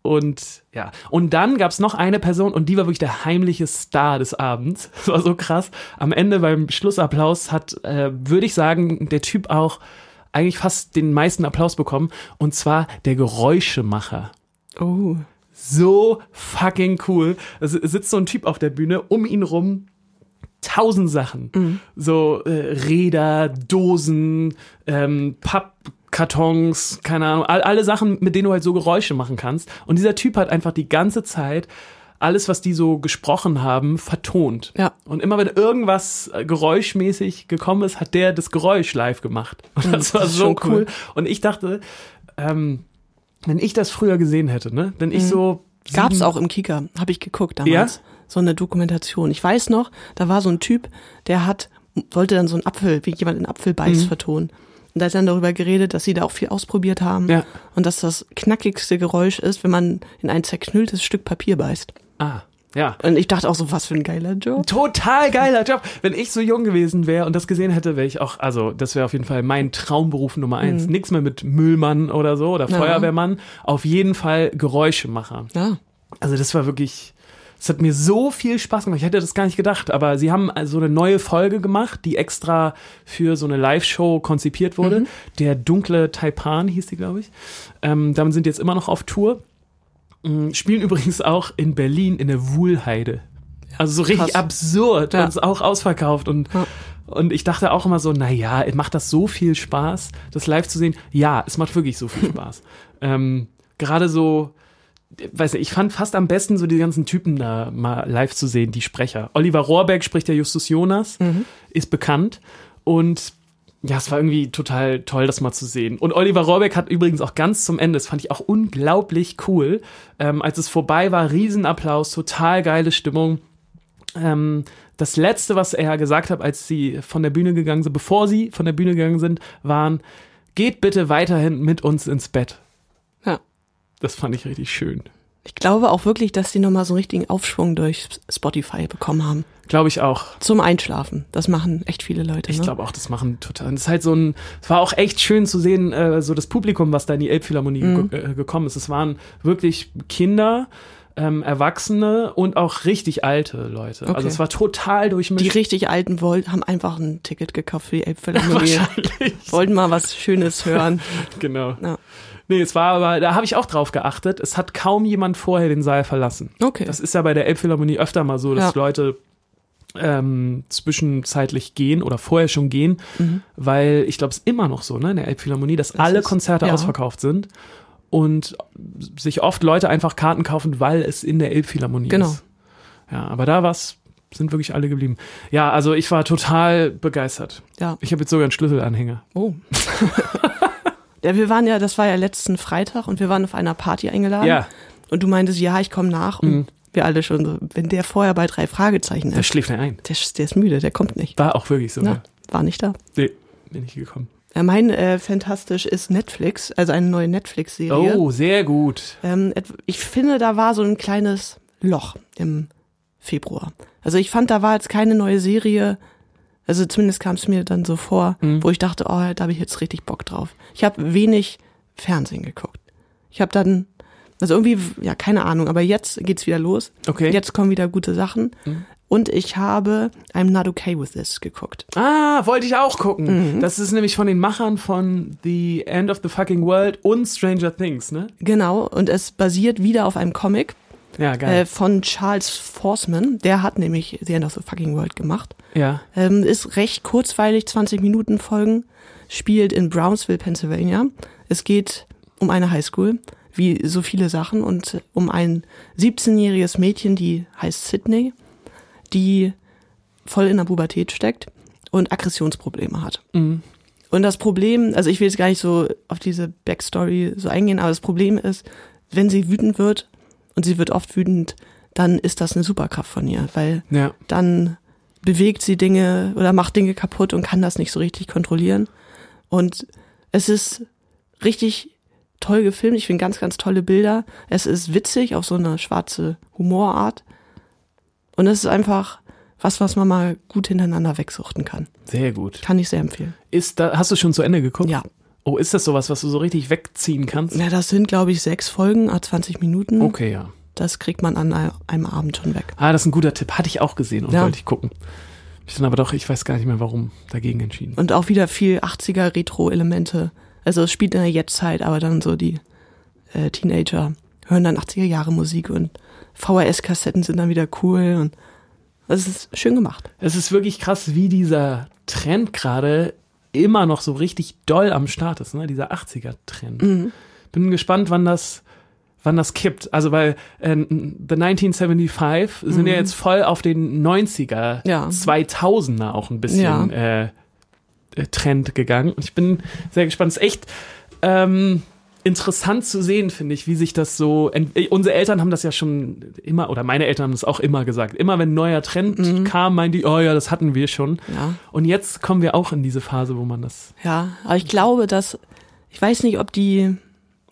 Und ja, und dann gab's noch eine Person und die war wirklich der heimliche Star des Abends. Das war so krass. Am Ende beim Schlussapplaus hat, äh, würde ich sagen, der Typ auch eigentlich fast den meisten Applaus bekommen. Und zwar der Geräuschemacher Oh. so fucking cool. Es sitzt so ein Typ auf der Bühne, um ihn rum tausend Sachen. Mhm. So äh, Räder, Dosen, ähm, Pappkartons, keine Ahnung, all, alle Sachen, mit denen du halt so Geräusche machen kannst. Und dieser Typ hat einfach die ganze Zeit alles, was die so gesprochen haben, vertont. Ja. Und immer wenn irgendwas äh, geräuschmäßig gekommen ist, hat der das Geräusch live gemacht. Und das war Mhm, ist so schon cool. cool. Und ich dachte, ähm, wenn ich das früher gesehen hätte, ne? Wenn ich so. Mhm. Gab's sieben- auch im Kika, habe ich geguckt damals. Ja? So eine Dokumentation. Ich weiß noch, da war so ein Typ, der hat, wollte dann so einen Apfel, wie jemand einen Apfel beißt, Mhm. vertonen. Und da hat dann darüber geredet, dass sie da auch viel ausprobiert haben. Ja. Und dass das knackigste Geräusch ist, wenn man in ein zerknülltes Stück Papier beißt. Ah, ja. Und ich dachte auch so, was für ein geiler Job. Total geiler Job. Wenn ich so jung gewesen wäre und das gesehen hätte, wäre ich auch, also das wäre auf jeden Fall mein Traumberuf Nummer eins. Nichts mehr mit Müllmann oder so oder Feuerwehrmann. Auf jeden Fall Geräuschemacher. Ja. Also das war wirklich, es hat mir so viel Spaß gemacht. Ich hätte das gar nicht gedacht, aber sie haben also eine neue Folge gemacht, die extra für so eine Live-Show konzipiert wurde. Der dunkle Taipan hieß die, glaube ich. Ähm, damit sind die jetzt immer noch auf Tour. Mm, Spielen übrigens auch in Berlin in der Wuhlheide. Also so richtig krass. absurd Ja. und ist auch ausverkauft und Ja. und ich dachte auch immer so, naja, macht das so viel Spaß, das live zu sehen? Ja, es macht wirklich so viel Spaß. ähm, gerade so, weiß nicht, ich fand fast am besten, so die ganzen Typen da mal live zu sehen, die Sprecher. Oliver Rohrbeck spricht ja Justus Jonas, Mhm. ist bekannt. Und ja, es war irgendwie total toll, das mal zu sehen. Und Oliver Rohrbeck hat übrigens auch ganz zum Ende, das fand ich auch unglaublich cool, ähm, als es vorbei war, Riesenapplaus, total geile Stimmung. Ähm, das letzte, was er gesagt hat, als sie von der Bühne gegangen sind, bevor sie von der Bühne gegangen sind, waren, geht bitte weiterhin mit uns ins Bett. Ja. Das fand ich richtig schön. Ich glaube auch wirklich, dass die nochmal so einen richtigen Aufschwung durch Spotify bekommen haben. Glaube ich auch. Zum Einschlafen. Das machen echt viele Leute. Ich ne? glaube auch, das machen total. Das ist halt so ein, es war auch echt schön zu sehen, äh, so das Publikum, was da in die Elbphilharmonie Mhm. ge äh, gekommen ist. Es waren wirklich Kinder, ähm, Erwachsene und auch richtig alte Leute. Okay. Also es war total Die durchmischt. richtig alten wollten, haben einfach ein Ticket gekauft für die Elbphilharmonie. wollten mal was Schönes hören. genau. Ja. Nee, es war aber, da habe ich auch drauf geachtet, es hat kaum jemand vorher den Saal verlassen. Okay. Das ist ja bei der Elbphilharmonie öfter mal so, dass Ja. Leute ähm, zwischenzeitlich gehen oder vorher schon gehen, weil ich glaube, Mhm. es ist immer noch so, ne, in der Elbphilharmonie, dass alle ist- Konzerte ja. ausverkauft sind. und sich oft Leute einfach Karten kaufen, weil es in der Elbphilharmonie Genau. ist. Ja, aber da war's, sind wirklich alle geblieben. Ja, also ich war total begeistert. Ja. Ich habe jetzt sogar einen Schlüsselanhänger. Oh. ja, wir waren ja, das war ja letzten Freitag und wir waren auf einer Party eingeladen. Ja, Mhm. Und du meintest, ja, ich komme nach. Und wir alle schon so, wenn der vorher bei drei Fragezeichen da ist, schläft er ein. der, ist- der ist müde, der kommt nicht. War auch wirklich so. Na, ja. war nicht da. Nee, bin ich gekommen. Ja, mein äh, Fantastisch ist Netflix, also eine neue Netflix-Serie. Oh, sehr gut. Ähm, et- ich finde, da war so ein kleines Loch im Februar. Also ich fand, da war jetzt keine neue Serie. Also zumindest kam es mir dann so vor, Mhm. wo ich dachte, oh, da habe ich jetzt richtig Bock drauf. Ich habe wenig Fernsehen geguckt. Ich habe dann, also irgendwie, ja, keine Ahnung, aber jetzt geht's wieder los. Okay. Mhm. Jetzt kommen wieder gute Sachen. Und ich habe I'm Not Okay With This geguckt. Ah, wollte ich auch gucken. Das ist nämlich von den Machern von The End of the Fucking World und Stranger Things, ne? Genau, und es basiert wieder auf einem Comic Ja, äh, geil. von Charles Forsman. Der hat nämlich The End of the Fucking World gemacht. Äh, ja. Ähm, ist recht kurzweilig, 20 Minuten Folgen, spielt in Brownsville, Pennsylvania. Es geht um eine Highschool, wie so viele Sachen, und um ein 17-jähriges Mädchen, die heißt Sydney, die voll in der Pubertät steckt und Aggressionsprobleme hat. Und das Problem, also ich will jetzt gar nicht so auf diese Backstory so eingehen, aber das Problem ist, wenn sie wütend wird, und sie wird oft wütend, dann ist das eine Superkraft von ihr, weil Ja. dann bewegt sie Dinge oder macht Dinge kaputt und kann das nicht so richtig kontrollieren. Und es ist richtig toll gefilmt. Ich finde ganz, ganz tolle Bilder. Es ist witzig auf so eine schwarze Humorart. Und es ist einfach was, was man mal gut hintereinander wegsuchten kann. Sehr gut. Kann ich sehr empfehlen. Ist da, hast du schon zu Ende geguckt? Ja. Oh, ist das sowas, was du so richtig wegziehen kannst? Ja, das sind, glaube ich, sechs Folgen, ah, 20 Minuten. Okay, ja. Das kriegt man an ei- einem Abend schon weg. Ah, das ist ein guter Tipp. Hatte ich auch gesehen und Ja. wollte ich gucken. Ich dann aber doch, ich weiß gar nicht mehr warum, dagegen entschieden. Und auch wieder viel 80er Retro-Elemente. Also es spielt in der Jetztzeit, aber dann so die äh, Teenager hören dann 80er Jahre Musik und VHS-Kassetten sind dann wieder cool und also es ist schön gemacht. Es ist wirklich krass, wie dieser Trend gerade immer noch so richtig doll am Start ist, ne? Dieser 80er-Trend. Mhm. Bin gespannt, wann das, wann das kippt. Also, weil äh, The 1975 sind ja jetzt voll auf den 90er, Mhm. Ja. 2000er auch ein bisschen Ja. äh, äh, Trend gegangen. Und ich bin sehr gespannt. Es ist echt ähm, interessant zu sehen, finde ich, wie sich das so. ent- äh, Unsere Eltern haben das ja schon immer, oder meine Eltern haben das auch immer gesagt. Immer wenn ein neuer Trend kam, meinen die, oh ja, das hatten wir schon. Mhm. Ja. Und jetzt kommen wir auch in diese Phase, wo man das. Ja, aber ich glaube, dass, ich weiß nicht, ob die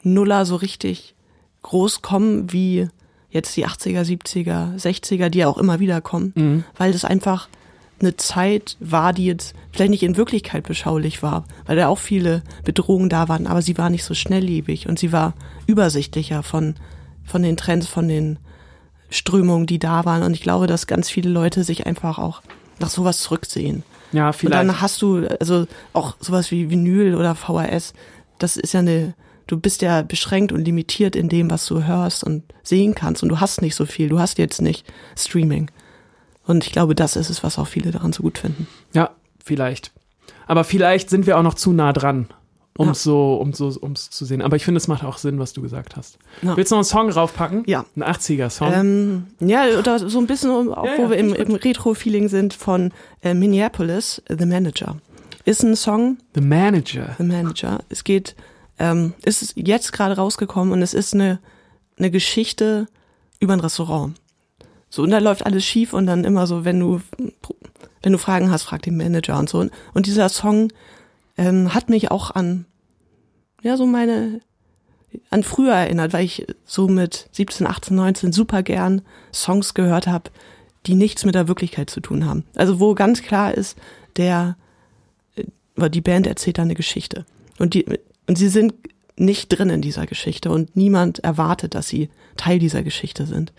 Nuller so richtig groß kommen wie jetzt die 80er, 70er, 60er, die ja auch immer wieder kommen, weil das einfach eine Zeit war, die jetzt vielleicht nicht in Wirklichkeit beschaulich war, weil da auch viele Bedrohungen da waren, aber sie war nicht so schnelllebig und sie war übersichtlicher von, von den Trends, von den Strömungen, die da waren. Und ich glaube, dass ganz viele Leute sich einfach auch nach sowas zurücksehen. Ja, Und vielleicht. dann hast du also auch sowas wie Vinyl oder VHS. Das ist ja eine, du bist ja beschränkt und limitiert in dem, was du hörst und sehen kannst. Und du hast nicht so viel. Du hast jetzt nicht Streaming. Und ich glaube, das ist es, was auch viele daran so gut finden. Ja, vielleicht. Aber vielleicht sind wir auch noch zu nah dran, um es so, um so, um's zu sehen. Aber ich finde, es macht auch Sinn, was du gesagt hast. Ja. Willst du noch einen Song raufpacken? Ja. Ein 80er-Song. Ähm, ja, oder so ein bisschen, um- auch Ja, wo ja, wir im, find ich im Retro-Feeling sind, von äh, Minneapolis, The Manager. Ist ein Song, The Manager. The Manager. Es geht, ähm, es ist jetzt gerade rausgekommen und es ist eine, eine Geschichte über ein Restaurant. So, und da läuft alles schief und dann immer so, wenn du, wenn du Fragen hast, frag den Manager und so. Und dieser Song ähm, hat mich auch an, ja, so meine, an früher erinnert, weil ich so mit 17, 18, 19 super gern Songs gehört habe, die nichts mit der Wirklichkeit zu tun haben. Also wo ganz klar ist, der weil die Band erzählt da eine Geschichte. Und die, und sie sind nicht drin in dieser Geschichte und niemand erwartet, dass sie Teil dieser Geschichte sind.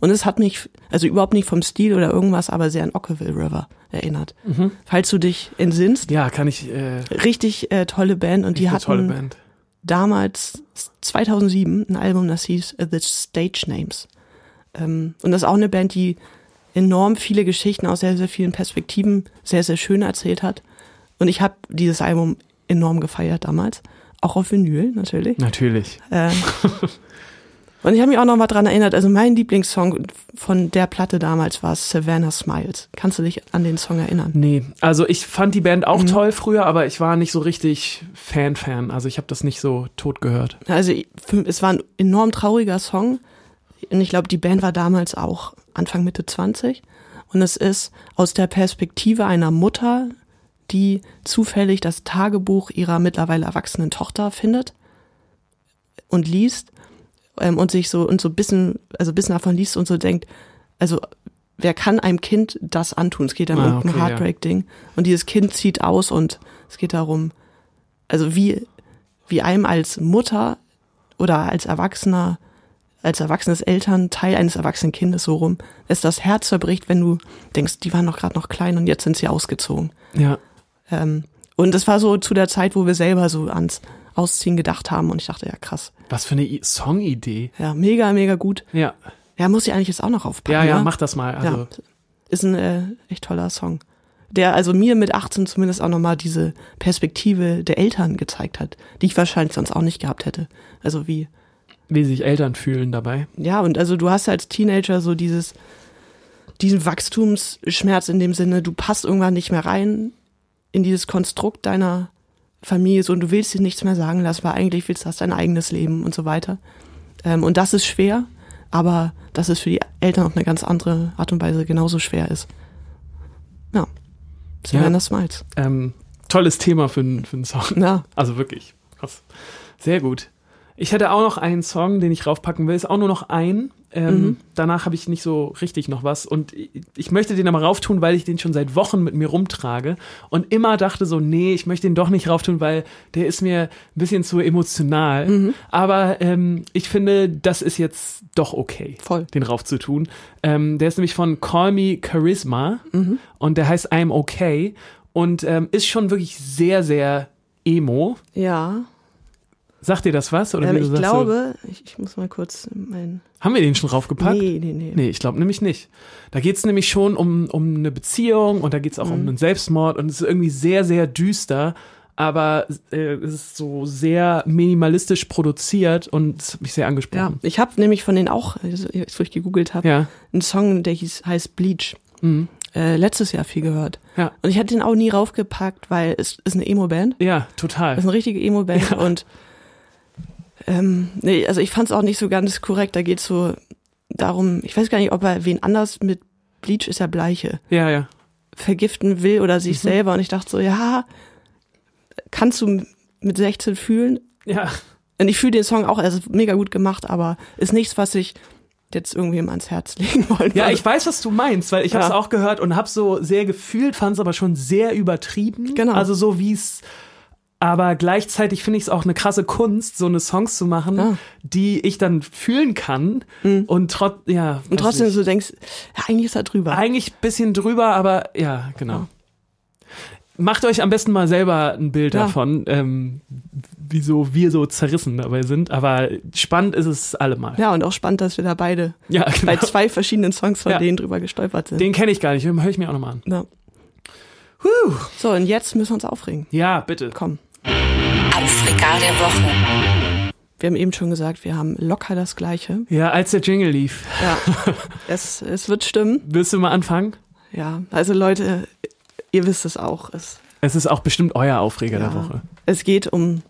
Und es hat mich, also überhaupt nicht vom Stil oder irgendwas, aber sehr an Ockville River erinnert. Falls du dich entsinnst, Ja, kann ich. Äh, richtig äh, tolle Band und die eine hatten tolle Band. damals 2007 ein Album, das hieß äh, The Stage Names. Ähm, und das ist auch eine Band, die enorm viele Geschichten aus sehr, sehr vielen Perspektiven sehr, sehr schön erzählt hat. Und ich habe dieses Album enorm gefeiert damals. Auch auf Vinyl, natürlich. Natürlich. Äh, und ich habe mich auch noch mal dran erinnert, also mein Lieblingssong von der Platte damals war Savannah Smiles. Kannst du dich an den Song erinnern? Nee, also ich fand die Band auch toll früher, aber ich war nicht so richtig Fan-Fan. Also ich habe das nicht so tot gehört. Also ich- für- es war ein enorm trauriger Song und ich glaube, die Band war damals auch Anfang Mitte 20 und es ist aus der Perspektive einer Mutter, die zufällig das Tagebuch ihrer mittlerweile erwachsenen Tochter findet und liest ähm, und sich so und so ein bisschen, also ein bisschen davon liest und so denkt, also wer kann einem Kind das antun? Es geht dann Ah, um ein okay, ja. Heartbreak-Ding. Und dieses Kind zieht aus und es geht darum, also wie, wie einem als Mutter oder als Erwachsener, als erwachsenes Elternteil eines erwachsenen Kindes so rum, es das Herz zerbricht, wenn du denkst, die waren doch gerade noch klein und jetzt sind sie ausgezogen. Ja. Ähm, und das war so zu der Zeit, wo wir selber so ans Ausziehen gedacht haben und ich dachte, ja krass, Was für eine I- Song-Idee. ja mega, mega gut. Ja. Ja, muss ich eigentlich jetzt auch noch aufpacken. Ja, ja, ne? mach das mal. Also, Ja, ist ein äh, echt toller Song. Der also mir mit 18 zumindest auch nochmal diese Perspektive der Eltern gezeigt hat, die ich wahrscheinlich sonst auch nicht gehabt hätte. Also wie, wie sich Eltern fühlen dabei. ja, und also du hast als Teenager so dieses, diesen Wachstumsschmerz in dem Sinne, du passt irgendwann nicht mehr rein in dieses Konstrukt deiner Familie so und du willst dir nichts mehr sagen lassen, weil eigentlich willst du hast dein eigenes Leben und so weiter. Ähm, und das ist schwer, aber das ist für die Eltern auf eine ganz andere Art und Weise genauso schwer ist. Ja. Savannah Smiles. Ähm, tolles Thema für, n- für einen Song. Ja. Also wirklich. Krass. Sehr gut. Ich hätte auch noch einen Song, den ich raufpacken will. Ist auch nur noch ein. Ähm, Danach habe ich nicht so richtig noch was. Und ich, ich möchte den aber rauftun, weil ich den schon seit Wochen mit mir rumtrage. Und immer dachte so, nee, ich möchte den doch nicht rauftun, weil der ist mir ein bisschen zu emotional. Aber ähm, ich finde, das ist jetzt doch okay, Voll. den raufzutun. Ähm, der ist nämlich von Call Me Charisma. Und der heißt I'm Okay. Und ähm, ist schon wirklich sehr, sehr emo. Ja. Sagt dir das was? Oder Ähm, wie du ich sagst, glaube, ich, ich muss mal kurz meinen. So, haben wir den schon raufgepackt? Nee, nee, nee. Nee, ich glaube nämlich nicht. Da geht's nämlich schon um, um eine Beziehung und da geht's auch um Mhm. einen Selbstmord und es ist irgendwie sehr, sehr düster, aber äh, es ist so sehr minimalistisch produziert und es hat mich sehr Ja, angesprochen. ich habe nämlich von denen auch, also, jetzt wo ich gegoogelt habe, Ja. Mhm. einen Song, der hieß, heißt Bleach. Äh, letztes Jahr viel gehört. Ja. Und ich hatte den auch nie raufgepackt, weil es ist eine Emo-Band. Ja, Es ist total. eine richtige Emo-Band und ähm, nee, also ich fand es auch nicht so ganz korrekt. Da geht es so darum, ich weiß gar nicht, ob er wen anders mit Bleach ist ja Bleiche Ja, ja. vergiften will oder Mhm. sich selber. Und ich dachte so, ja, kannst du mit 16 fühlen, Ja. und ich fühle den Song auch, er ist mega gut gemacht, aber ist nichts, was ich jetzt irgendwem ans Herz legen wollen Ja, würde. ich weiß, was du meinst, weil ich hab's Ja. auch gehört und hab's so sehr gefühlt, fand's aber schon sehr übertrieben. Genau. Also so wie's. Aber gleichzeitig finde ich es auch eine krasse Kunst, so eine Songs zu machen, Ja. Mhm. die ich dann fühlen kann und trotz ja Und weiß trotzdem nicht. so denkst, ja, eigentlich ist er drüber. eigentlich ein bisschen drüber, aber ja genau. Macht euch am besten mal selber ein Bild Ja. davon, ähm, wieso wir so zerrissen dabei sind. Aber spannend ist es allemal. ja, und auch spannend, dass wir da beide Ja, genau. bei zwei verschiedenen Songs von Ja. denen drüber gestolpert sind. Den kenne ich gar nicht. Hör ich mir auch nochmal an. ja. So, und jetzt müssen wir uns aufregen. Ja, bitte. Komm, Auf Regal der Woche. wir haben eben schon gesagt, wir haben locker das Gleiche. Ja, als der Jingle lief. Ja, es, es wird stimmen. Willst du mal anfangen? Ja, also Leute, ihr wisst es auch. Es, Es ist auch bestimmt euer Aufreger ja, der Woche. es geht um,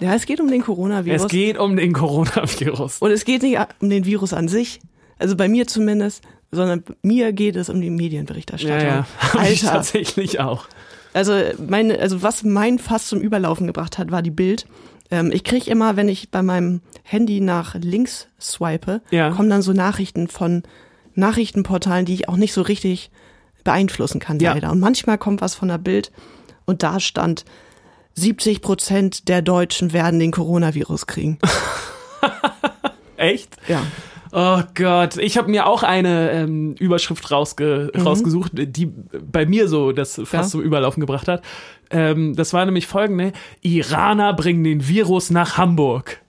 ja, es geht um den Coronavirus. Es geht um den Coronavirus. Und es geht nicht um den Virus an sich, also bei mir zumindest, sondern mir geht es um die Medienberichterstattung. Ich Alter, tatsächlich auch. also meine, also was mein Fass zum Überlaufen gebracht hat, war die Bild. Ähm, ich krieg immer, wenn ich bei meinem Handy nach links swipe, Ja. kommen dann so Nachrichten von Nachrichtenportalen, die ich auch nicht so richtig beeinflussen kann, Ja. leider. Und manchmal kommt was von der Bild und da stand 70 Prozent der Deutschen werden den Coronavirus kriegen. Echt? Ja. Oh Gott, ich habe mir auch eine ähm, Überschrift rausge rausgesucht, die bei mir so das fast Ja. zum Überlaufen gebracht hat. Ähm, das war nämlich folgende: Iraner bringen den Virus nach Hamburg.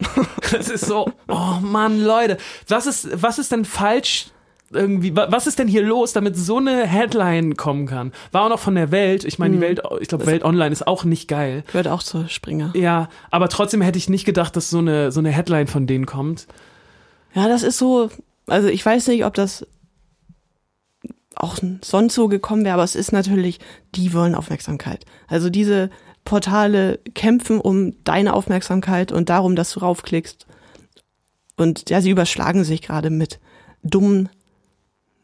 das ist so, oh Mann, Leute, was ist, was ist denn falsch irgendwie, wa- was ist denn hier los, damit so eine Headline kommen kann? War auch noch von der Welt. Ich meine, die Welt, ich glaube, Welt Online ist auch nicht geil. Gehört auch zur Springer. Ja, aber trotzdem hätte ich nicht gedacht, dass so eine, so eine Headline von denen kommt. Ja, das ist so, also ich weiß nicht, ob das auch sonst so gekommen wäre, aber es ist natürlich, die wollen Aufmerksamkeit. Also diese Portale kämpfen um deine Aufmerksamkeit und darum, dass du raufklickst. Und ja, sie überschlagen sich gerade mit dummen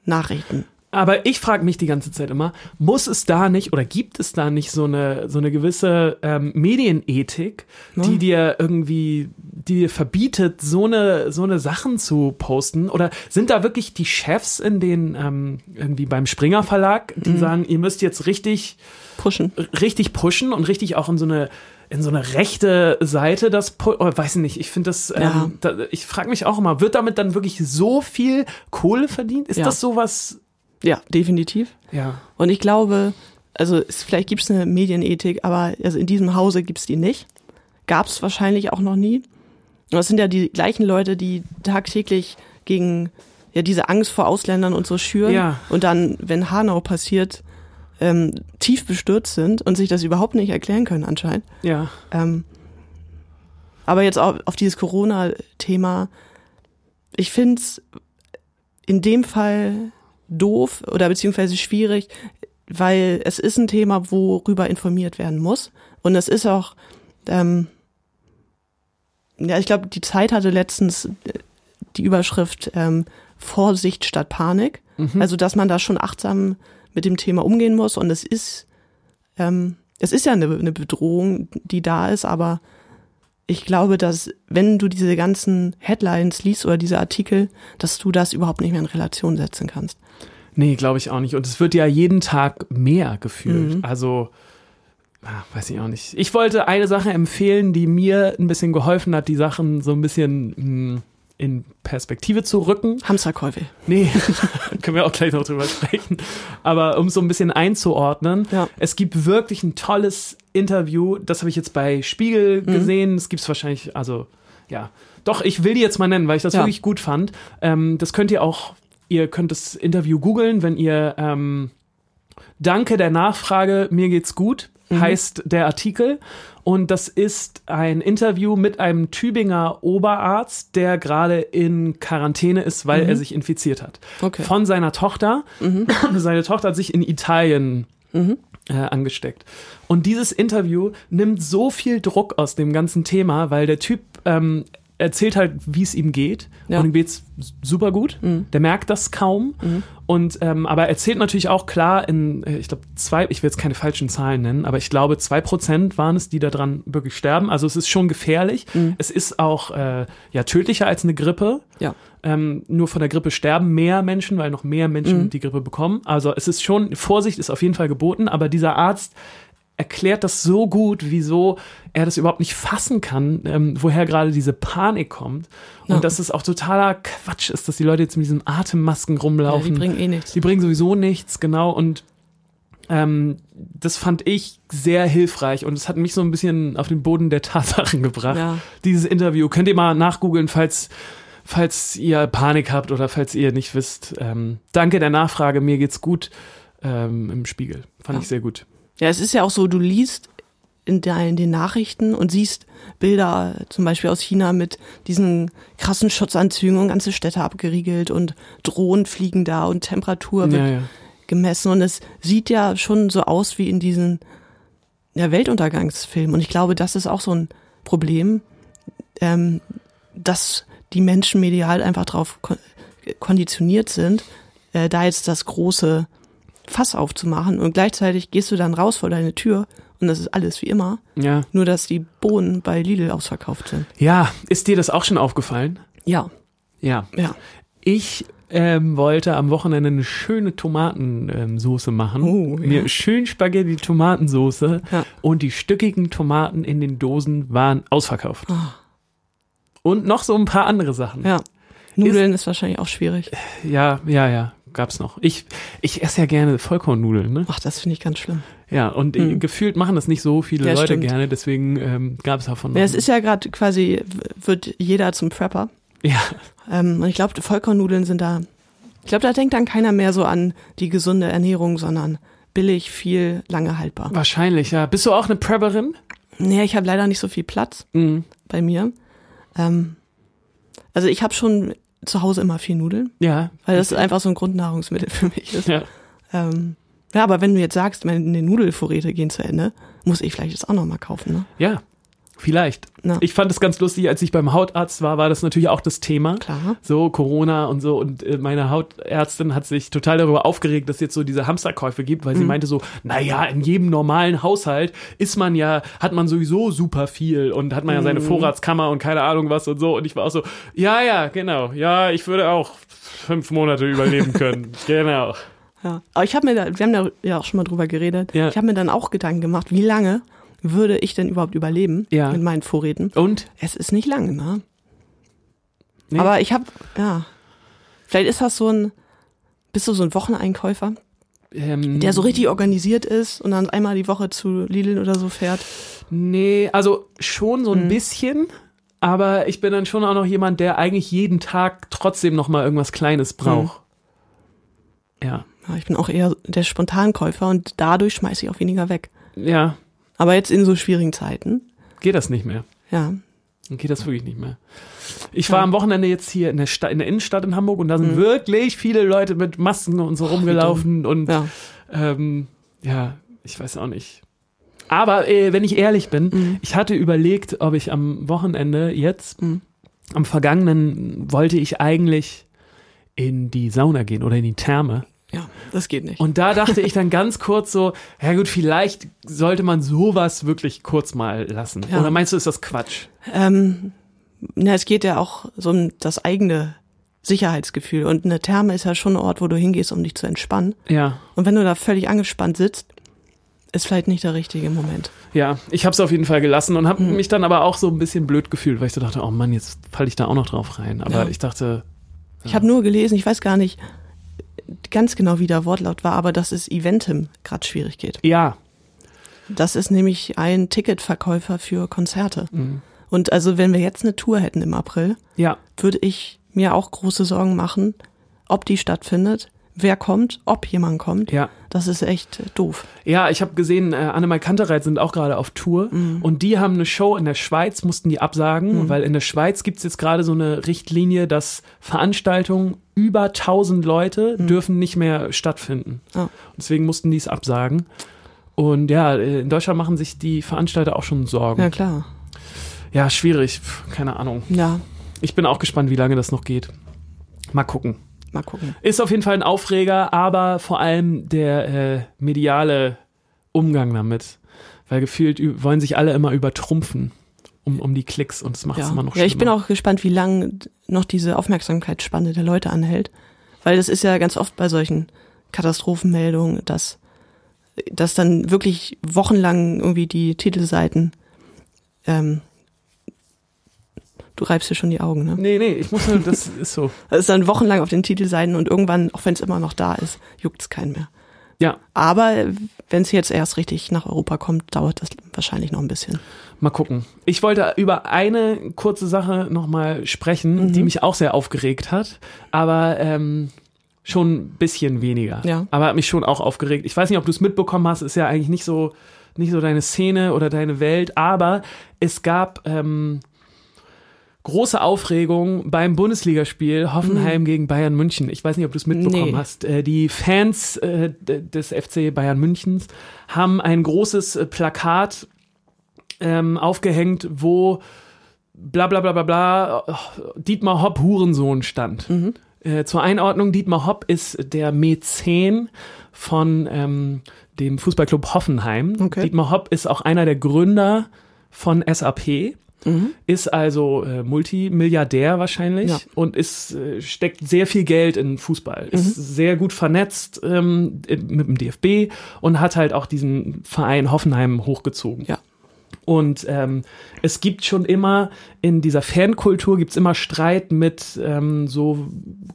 Nachrichten. Aber ich frage mich die ganze Zeit immer, muss es da nicht oder gibt es da nicht so eine, so eine gewisse ähm, Medienethik, die dir irgendwie, die dir verbietet, so eine, so eine Sachen zu posten? Oder sind da wirklich die Chefs in den, ähm, irgendwie beim Springer Verlag, Mhm. die sagen, ihr müsst jetzt richtig, Pushen. richtig pushen und richtig auch in so eine, in so eine rechte Seite das, pu- oh, weiß ich nicht, ich finde das, ähm, Ja. da, ich frage mich auch immer, wird damit dann wirklich so viel Kohle verdient? Ist Ja. das sowas, Ja, definitiv. ja. Und ich glaube, also es, vielleicht gibt es eine Medienethik, aber also in diesem Hause gibt es die nicht. Gab es wahrscheinlich auch noch nie. Und das sind ja die gleichen Leute, die tagtäglich gegen ja diese Angst vor Ausländern und so schüren Ja. und dann, wenn Hanau passiert, ähm, tief bestürzt sind und sich das überhaupt nicht erklären können anscheinend. Ja. Ähm, aber jetzt auf, auf dieses Corona-Thema. Ich find's in dem Fall doof oder beziehungsweise schwierig, weil es ist ein Thema, worüber informiert werden muss. Und es ist auch, ähm, ja, ich glaube, die Zeit hatte letztens äh, die Überschrift ähm, Vorsicht statt Panik. Also, dass man da schon achtsam mit dem Thema umgehen muss. Und es ist ähm, es ist ja eine, eine Bedrohung, die da ist, aber ich glaube, dass wenn du diese ganzen Headlines liest oder diese Artikel, dass du das überhaupt nicht mehr in Relation setzen kannst. Nee, glaube ich auch nicht. Und es wird ja jeden Tag mehr gefühlt. Also, ah, weiß ich auch nicht. Ich wollte eine Sache empfehlen, die mir ein bisschen geholfen hat, die Sachen so ein bisschen mh, in Perspektive zu rücken. Hamsterkäufe. Nee, können wir auch gleich noch drüber sprechen. Aber um es so ein bisschen einzuordnen, Ja. es gibt wirklich ein tolles Interview. Das habe ich jetzt bei Mhm. Spiegel gesehen. Es gibt es wahrscheinlich, also ja. Doch, ich will die jetzt mal nennen, weil ich das Ja. wirklich gut fand. Ähm, das könnt ihr auch, ihr könnt das Interview googeln, wenn ihr ähm, Danke der Nachfrage, mir geht's gut, Mhm. heißt der Artikel. Und das ist ein Interview mit einem Tübinger Oberarzt, der gerade in Quarantäne ist, weil er sich infiziert hat. Mhm. Okay. Mhm. Von seiner Tochter. Seine Tochter hat sich in Italien äh, angesteckt. Und dieses Interview nimmt so viel Druck aus dem ganzen Thema, weil der Typ ähm, erzählt halt, wie es ihm geht. Ja. Mhm. Und ihm geht's super gut. Der merkt das kaum. Und ähm, aber erzählt natürlich auch klar in, äh, ich glaube, zwei, ich will jetzt keine falschen Zahlen nennen, aber ich glaube, zwei Prozent waren es, die daran wirklich sterben. Also es ist schon gefährlich. Es ist auch äh, ja tödlicher als eine Grippe. Mhm. Ja. Ähm, nur von der Grippe sterben mehr Menschen, weil noch mehr Menschen Mhm. die Grippe bekommen. Also es ist schon, Vorsicht ist auf jeden Fall geboten, aber dieser Arzt erklärt das so gut, wieso er das überhaupt nicht fassen kann, ähm, woher gerade diese Panik kommt. Und Ja. dass es auch totaler Quatsch ist, dass die Leute jetzt mit diesen Atemmasken Ja, rumlaufen. die bringen eh nichts. Die bringen sowieso nichts, genau. Und ähm, das fand ich sehr hilfreich und es hat mich so ein bisschen auf den Boden der Tatsachen gebracht. Ja. Dieses Interview könnt ihr mal nachgoogeln, falls, falls ihr Panik habt oder falls ihr nicht wisst. Ähm, danke der Nachfrage, mir geht's gut ähm, im Spiegel. Fand Ja. ich sehr gut. Ja, es ist ja auch so, du liest in, de in den Nachrichten und siehst Bilder äh, zum Beispiel aus China mit diesen krassen Schutzanzügen und ganze Städte abgeriegelt und Drohnen fliegen da und Temperatur wird Ja, ja. gemessen und es sieht ja schon so aus wie in diesen ja, Weltuntergangsfilmen. Und ich glaube, das ist auch so ein Problem, ähm, dass die Menschen medial einfach drauf kon konditioniert sind, äh, da jetzt das große Fass aufzumachen. Und gleichzeitig gehst du dann raus vor deine Tür und das ist alles wie immer. Ja. Nur, dass die Bohnen bei Lidl ausverkauft sind. ja, ist dir das auch schon aufgefallen? Ja. Ja. Ja. Ich ähm, wollte am Wochenende eine schöne Tomatensoße ähm, machen. Oh, ja. Mir schön Spaghetti Tomatensoße Ja. und die stückigen Tomaten in den Dosen waren ausverkauft. Und noch so ein paar andere Sachen. Ja. Nudeln ist, wahrscheinlich auch schwierig. ja, ja, ja, gab's noch. Ich ich esse ja gerne Vollkornnudeln, ne? Ach, das finde ich ganz schlimm. Ja, und äh, gefühlt machen das nicht so viele Hm. Ja, Leute stimmt. gerne, deswegen ähm, gab's davon noch. Ja, es ist ja gerade quasi, w- wird jeder zum Prepper. ja, Ähm, und ich glaube, Vollkornnudeln sind da Ich glaube, da denkt dann keiner mehr so an die gesunde Ernährung, sondern billig, viel, lange haltbar. Wahrscheinlich, ja. Bist du auch eine Prepperin? Nee, ich habe leider nicht so viel Platz bei mir. Ähm, also ich habe schon zu Hause immer viel Nudeln, Ja. weil das einfach so ein Grundnahrungsmittel für mich ist. Ja. Ähm, ja, aber wenn du jetzt sagst, meine Nudelvorräte gehen zu Ende, muss ich vielleicht jetzt auch nochmal kaufen, ne? Ja, vielleicht. Na. Ich fand es ganz lustig, als ich beim Hautarzt war, war das natürlich auch das Thema. Klar. So Corona und so und äh, meine Hautärztin hat sich total darüber aufgeregt, dass es jetzt so diese Hamsterkäufe gibt, weil sie Mhm. meinte so, naja, in jedem normalen Haushalt ist man ja, hat man sowieso super viel und hat man ja Mhm. seine Vorratskammer und keine Ahnung was und so und ich war auch so, ja, ja, genau, ja, ich würde auch fünf Monate überleben können, genau. Ja. Aber ich habe mir da, wir haben da ja auch schon mal drüber geredet, Ja. ich habe mir dann auch Gedanken gemacht, wie lange würde ich denn überhaupt überleben Ja. mit meinen Vorräten? Und? Es ist nicht lange, ne? Nee. Aber ich habe, ja, vielleicht ist das so ein, bist du so ein Wocheneinkäufer, Ähm, der so richtig organisiert ist und dann einmal die Woche zu Lidl oder so fährt? Nee, also schon so ein Mhm. bisschen, aber ich bin dann schon auch noch jemand, der eigentlich jeden Tag trotzdem noch mal irgendwas Kleines braucht. Mhm. Ja, Ja, ich bin auch eher der Spontankäufer und dadurch schmeiße ich auch weniger weg. ja, Aber jetzt in so schwierigen Zeiten, geht das nicht mehr. ja, Dann geht das wirklich nicht mehr. Ich war am Wochenende jetzt hier in der, Sta in der Innenstadt in Hamburg und da Mhm. sind wirklich viele Leute mit Masken und so rumgelaufen und Oh, ja. Ähm, ja, ich weiß auch nicht. Aber äh, wenn ich ehrlich bin, Mhm. ich hatte überlegt, ob ich am Wochenende jetzt, Mhm. am vergangenen, wollte ich eigentlich in die Sauna gehen oder in die Therme. Ja, das geht nicht. Und da dachte ich dann ganz kurz so, ja gut, vielleicht sollte man sowas wirklich kurz mal lassen. Ja. Oder meinst du, ist das Quatsch? Ähm, na, es geht ja auch so um das eigene Sicherheitsgefühl. Und eine Therme ist ja schon ein Ort, wo du hingehst, um dich zu entspannen. Ja, Und wenn du da völlig angespannt sitzt, ist vielleicht nicht der richtige Moment. ja. Ich habe es auf jeden Fall gelassen und Hm. habe mich dann aber auch so ein bisschen blöd gefühlt, weil ich so dachte, oh Mann, jetzt falle ich da auch noch drauf rein. Aber Ja. ich dachte, Ich habe nur gelesen, ich weiß gar nicht ganz genau, wie der Wortlaut war, aber dass es Eventim gerade schwierig geht. ja, Das ist nämlich ein Ticketverkäufer für Konzerte. Und also wenn wir jetzt eine Tour hätten im April, ja, würde ich mir auch große Sorgen machen, ob die stattfindet, wer kommt, ob jemand kommt. ja. Das ist echt äh, doof. Ja, ich habe gesehen, äh, Annemal Kantereit sind auch gerade auf Tour Mhm. und die haben eine Show in der Schweiz, mussten die absagen, weil in der Schweiz gibt's jetzt gerade so eine Richtlinie, dass Veranstaltungen über 1000 Leute Mhm. dürfen nicht mehr stattfinden. Ah. Und deswegen mussten die es absagen. Und ja, äh, in Deutschland machen sich die Veranstalter auch schon Sorgen. Ja, Ja, klar. schwierig, Pff, keine Ahnung. Ja, Ich bin auch gespannt, wie lange das noch geht. Mal gucken. mal gucken. Ist auf jeden Fall ein Aufreger, aber vor allem der äh, mediale Umgang damit. Weil gefühlt ü- wollen sich alle immer übertrumpfen um, um die Klicks und das macht es Ja. immer noch ja, ich bin schlimmer. auch gespannt, wie lange noch diese Aufmerksamkeitsspanne der Leute anhält. Weil das ist ja ganz oft bei solchen Katastrophenmeldungen, dass, dass dann wirklich wochenlang irgendwie die Titelseiten, ähm, du reibst dir schon die Augen, ne? Nee, nee, ich muss nur, das ist so. Das ist dann wochenlang auf den Titelseiten und irgendwann, auch wenn es immer noch da ist, juckt's keinen mehr. Ja, Aber wenn es jetzt erst richtig nach Europa kommt, dauert das wahrscheinlich noch ein bisschen. mal gucken. Ich wollte über eine kurze Sache nochmal sprechen, die mich auch sehr aufgeregt hat, aber ähm, schon ein bisschen weniger. Ja. Aber hat mich schon auch aufgeregt. Ich weiß nicht, ob du es mitbekommen hast, ist ja eigentlich nicht so, nicht so deine Szene oder deine Welt, aber es gab. Ähm, große Aufregung beim Bundesligaspiel Hoffenheim gegen Bayern München. Ich weiß nicht, ob du es mitbekommen Mhm. Nee. hast. Äh, Die Fans äh, d- des FC Bayern Münchens haben ein großes äh, Plakat ähm, aufgehängt, wo bla bla bla bla bla oh, Dietmar Hopp Hurensohn stand. Mhm. Äh, zur Einordnung, Dietmar Hopp ist der Mäzen von ähm, dem Fußballclub Hoffenheim. Okay. Dietmar Hopp ist auch einer der Gründer von SAP ist also äh, Multimilliardär wahrscheinlich Ja. und ist, äh, steckt sehr viel Geld in Fußball, ist Mhm. sehr gut vernetzt ähm, äh, mit dem DFB und hat halt auch diesen Verein Hoffenheim hochgezogen. Ja. Und ähm, es gibt schon immer, in dieser Fankultur gibt's immer Streit mit ähm, so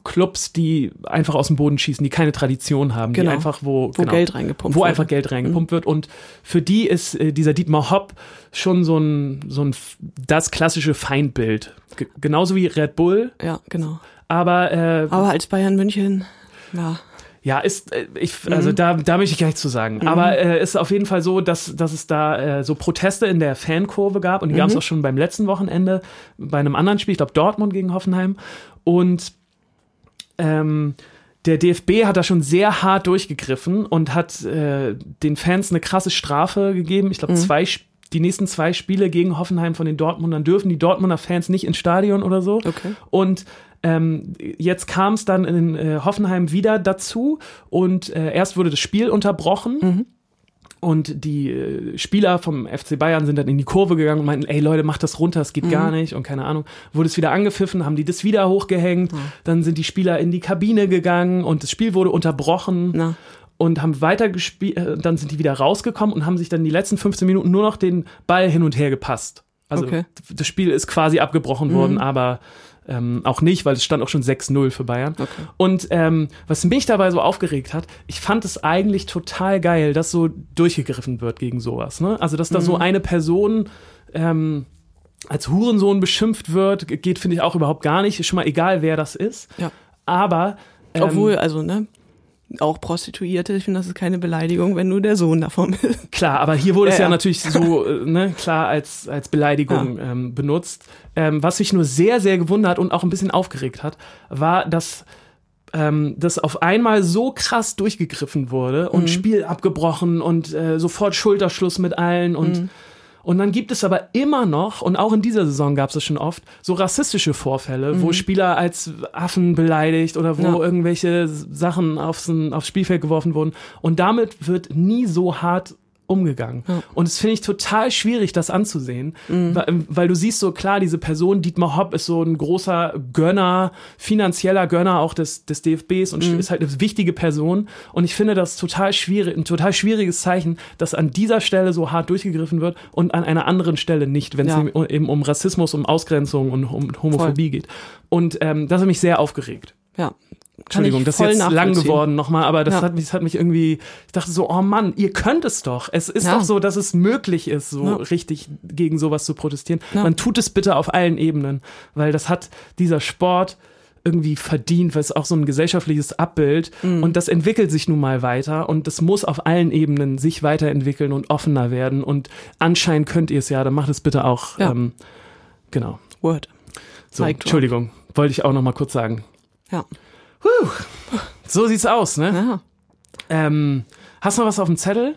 Clubs, die einfach aus dem Boden schießen, die keine Tradition haben, Genau. die einfach, wo, Wo Geld reingepumpt wo wird. einfach Geld reingepumpt wird. Und für die ist äh, dieser Dietmar Hopp schon so ein, so ein f- das klassische Feindbild. G genauso wie Red Bull, Ja, genau. Aber, äh, Aber als Bayern München, ja. ja, ist, äh, ich, also da, da möchte ich gar nichts zu sagen. Aber äh, ist auf jeden Fall so, dass, dass es da äh, so Proteste in der Fankurve gab und die gab es auch schon beim letzten Wochenende bei einem anderen Spiel, ich glaube Dortmund gegen Hoffenheim. Und ähm, der DFB hat da schon sehr hart durchgegriffen und hat äh, den Fans eine krasse Strafe gegeben. Ich glaube, zwei Sp- die nächsten zwei Spiele gegen Hoffenheim von den Dortmundern dürfen die Dortmunder Fans nicht ins Stadion oder so. Okay. Und ähm, jetzt kam es dann in äh, Hoffenheim wieder dazu und äh, erst wurde das Spiel unterbrochen. Und die äh, Spieler vom FC Bayern sind dann in die Kurve gegangen und meinten, ey Leute, macht das runter, es geht gar nicht und keine Ahnung. Wurde es wieder angepfiffen, haben die das wieder hochgehängt, dann sind die Spieler in die Kabine gegangen und das Spiel wurde unterbrochen Na. und haben weitergespielt, äh, dann sind die wieder rausgekommen und haben sich dann die letzten 15 Minuten nur noch den Ball hin und her gepasst. Also Okay. d- das Spiel ist quasi abgebrochen worden, aber ähm, auch nicht, weil es stand auch schon 6-0 für Bayern. Und ähm, was mich dabei so aufgeregt hat, ich fand es eigentlich total geil, dass so durchgegriffen wird gegen sowas. Ne? Also, dass da so eine Person ähm, als Hurensohn beschimpft wird, g- geht, finde ich auch überhaupt gar nicht. Ist schon mal egal, wer das ist. Ja. Aber. ähm, Obwohl, also, ne? Auch Prostituierte, ich finde, das ist keine Beleidigung, wenn du der Sohn davon bist. Klar, aber hier wurde es ja, Ja, ja. natürlich so, äh, ne, klar als, als Beleidigung ähm, benutzt. Ähm, was mich nur sehr, sehr gewundert und auch ein bisschen aufgeregt hat, war, dass ähm, das auf einmal so krass durchgegriffen wurde und Spiel abgebrochen und äh, sofort Schulterschluss mit allen und und dann gibt es aber immer noch, und auch in dieser Saison gab es es schon oft, so rassistische Vorfälle, wo Spieler als Affen beleidigt oder wo Ja. irgendwelche Sachen aufs, aufs Spielfeld geworfen wurden. Und damit wird nie so hart umgegangen. Und das finde ich total schwierig, das anzusehen, weil, weil du siehst so klar, diese Person, Dietmar Hopp, ist so ein großer Gönner, finanzieller Gönner auch des, des DFBs und ist halt eine wichtige Person. Und ich finde das total schwierig, ein total schwieriges Zeichen, dass an dieser Stelle so hart durchgegriffen wird und an einer anderen Stelle nicht, wenn es Ja. eben- eben um Rassismus, um Ausgrenzung und um Homophobie geht. Und ähm, das hat mich sehr aufgeregt. Ja. Kann Entschuldigung, ich das voll ist jetzt lang nachvollziehen. geworden nochmal, aber das, Ja. hat mich, das hat mich irgendwie, ich dachte so, oh Mann, ihr könnt es doch. Es ist Ja. doch so, dass es möglich ist, so Ja. richtig gegen sowas zu protestieren. Ja. Man tut es bitte auf allen Ebenen, weil das hat dieser Sport irgendwie verdient, weil es auch so ein gesellschaftliches Abbild Mhm. und das entwickelt sich nun mal weiter und das muss auf allen Ebenen sich weiterentwickeln und offener werden und anscheinend könnt ihr es ja, dann macht es bitte auch, Ja. ähm, genau. Word. So, Mic drop. Entschuldigung, wollte ich auch nochmal kurz sagen. Ja. So sieht's aus, ne? Ja. Ähm, hast du noch was auf dem Zettel?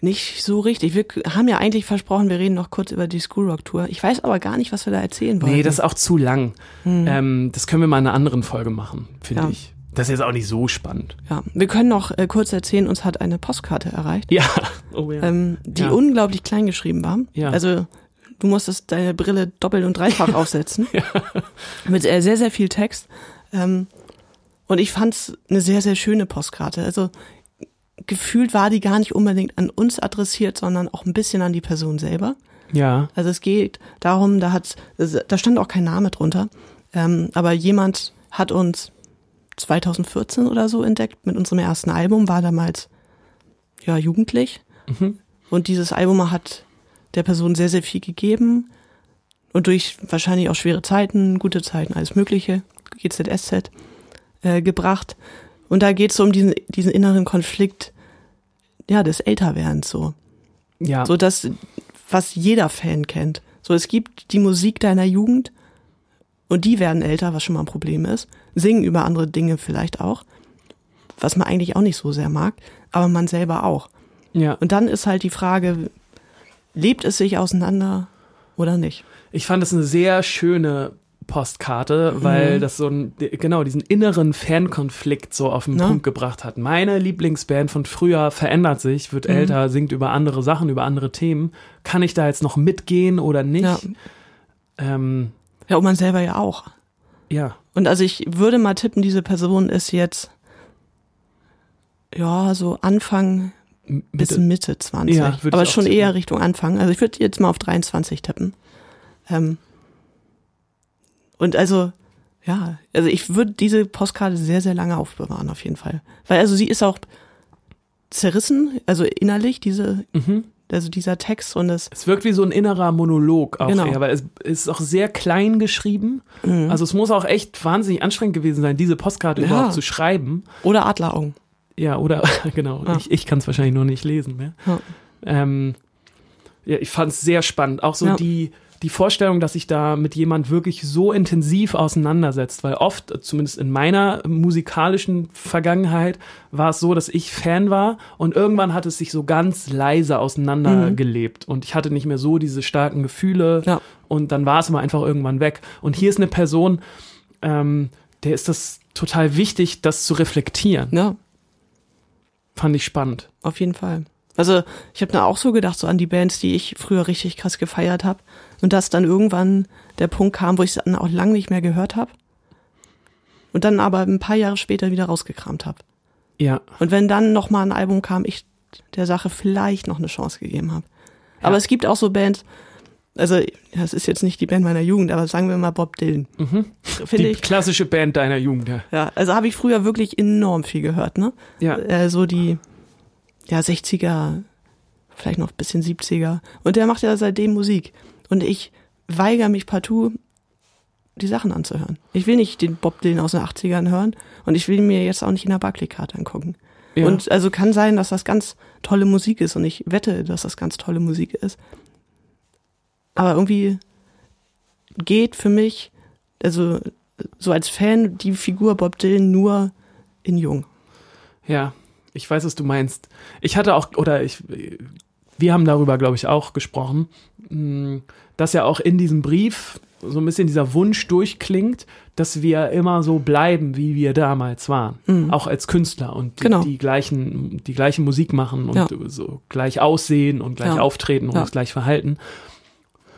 Nicht so richtig. Wir k- haben ja eigentlich versprochen, wir reden noch kurz über die Schoolrock Tour. Ich weiß aber gar nicht, was wir da erzählen wollen. Nee, das ist auch zu lang. Ähm, das können wir mal in einer anderen Folge machen, finde Hm. Ja. ich. Das ist jetzt auch nicht so spannend. ja. Wir können noch äh, kurz erzählen, uns hat eine Postkarte erreicht, Ja. Oh, ja. ähm, die Ja. unglaublich klein geschrieben war. Ja. Also du musstest deine Brille doppelt und dreifach aufsetzen. Mit äh, sehr, sehr viel Text. Ähm, und ich fand's eine sehr, sehr schöne Postkarte. Also gefühlt war die gar nicht unbedingt an uns adressiert, sondern auch ein bisschen an die Person selber. ja. Also es geht darum, da hat da stand auch kein Name drunter, ähm, aber jemand hat uns 2014 oder so entdeckt mit unserem ersten Album, war damals ja jugendlich und dieses Album hat der Person sehr sehr viel gegeben und durch wahrscheinlich auch schwere Zeiten, gute Zeiten, alles Mögliche, GZSZ äh, gebracht und da geht es so um diesen diesen inneren Konflikt ja des Älterwerdens so. Ja. So das, was jeder Fan kennt. So, es gibt die Musik deiner Jugend und die werden älter, was schon mal ein Problem ist. Singen über andere Dinge vielleicht auch, was man eigentlich auch nicht so sehr mag, aber man selber auch. ja. Und dann ist halt die Frage, lebt es sich auseinander oder nicht? Ich fand das eine sehr schöne Postkarte, Mhm. weil das so ein, genau, diesen inneren Fankonflikt so auf den Ne? Punkt gebracht hat. Meine Lieblingsband von früher verändert sich, Mhm. wird älter, singt über andere Sachen, über andere Themen. Kann ich da jetzt noch mitgehen oder nicht? Ja. Ähm, Ja, und man selber ja auch. ja. Und also ich würde mal tippen, diese Person ist jetzt, ja, so Anfang bis Mitte- Mitte 20. Ja, würd aber ich auch schon tippen. eher Richtung Anfang. Also ich würde jetzt mal auf 23 tippen. Ähm, und also, ja, also ich würde diese Postkarte sehr, sehr lange aufbewahren, Mhm. auf jeden Fall. Weil also sie ist auch zerrissen, also innerlich, diese, also dieser Text und das, Es wirkt wie so ein innerer Monolog auch Genau. Mhm. eher, weil es ist auch sehr klein geschrieben. Also es muss auch echt wahnsinnig anstrengend gewesen sein, diese Postkarte Ja. überhaupt zu schreiben. oder Adleraugen. Ja, oder genau, Ja. ich, ich kann es wahrscheinlich noch nicht lesen mehr. Ah. Ja. Ähm, ja, ich fand es sehr spannend. Auch so Ja. die, die Vorstellung, dass sich da mit jemand wirklich so intensiv auseinandersetzt, weil oft, äh, zumindest in meiner musikalischen Vergangenheit, war es so, dass ich Fan war und irgendwann hat es sich so ganz leise auseinandergelebt und ich hatte nicht mehr so diese starken Gefühle Mhm. Ja. und dann war es immer einfach irgendwann weg. Und hier ist eine Person, ähm, der ist das total wichtig, das zu reflektieren. Ja, Fand ich spannend. auf jeden Fall. Also ich habe da auch so gedacht, so an die Bands, die ich früher richtig krass gefeiert habe. Und dass dann irgendwann der Punkt kam, wo ich es dann auch lange nicht mehr gehört habe. Und dann aber ein paar Jahre später wieder rausgekramt habe. Ja. Und wenn dann nochmal ein Album kam, ich der Sache vielleicht noch eine Chance gegeben habe. Aber es gibt auch so Bands, also das ist jetzt nicht die Band meiner Jugend, aber sagen wir mal Bob Dylan. Finde Die ich. klassische Band deiner Jugend. ja. Ja, also habe ich früher wirklich enorm viel gehört, ne? Ja. Äh, so die ja, 60er, vielleicht noch ein bisschen 70er. Und der macht ja seitdem Musik. Und ich weigere mich partout, die Sachen anzuhören. Ich will nicht den Bob Dylan aus den 80ern hören und ich will mir jetzt auch nicht in der Barclaycard angucken. Ja. Und also kann sein, dass das ganz tolle Musik ist und ich wette, dass das ganz tolle Musik ist. Aber irgendwie geht für mich, also so als Fan, die Figur Bob Dylan nur in Jung. Ja, ich weiß, was du meinst. Ich hatte auch, oder ich, wir haben darüber, glaube ich, auch gesprochen, mh, dass ja auch in diesem Brief so ein bisschen dieser Wunsch durchklingt, dass wir immer so bleiben, wie wir damals waren. Auch als Künstler und die, Mhm. Genau. die gleichen, die gleiche Musik machen und Ja. so gleich aussehen und gleich Ja. auftreten und Ja. uns gleich verhalten.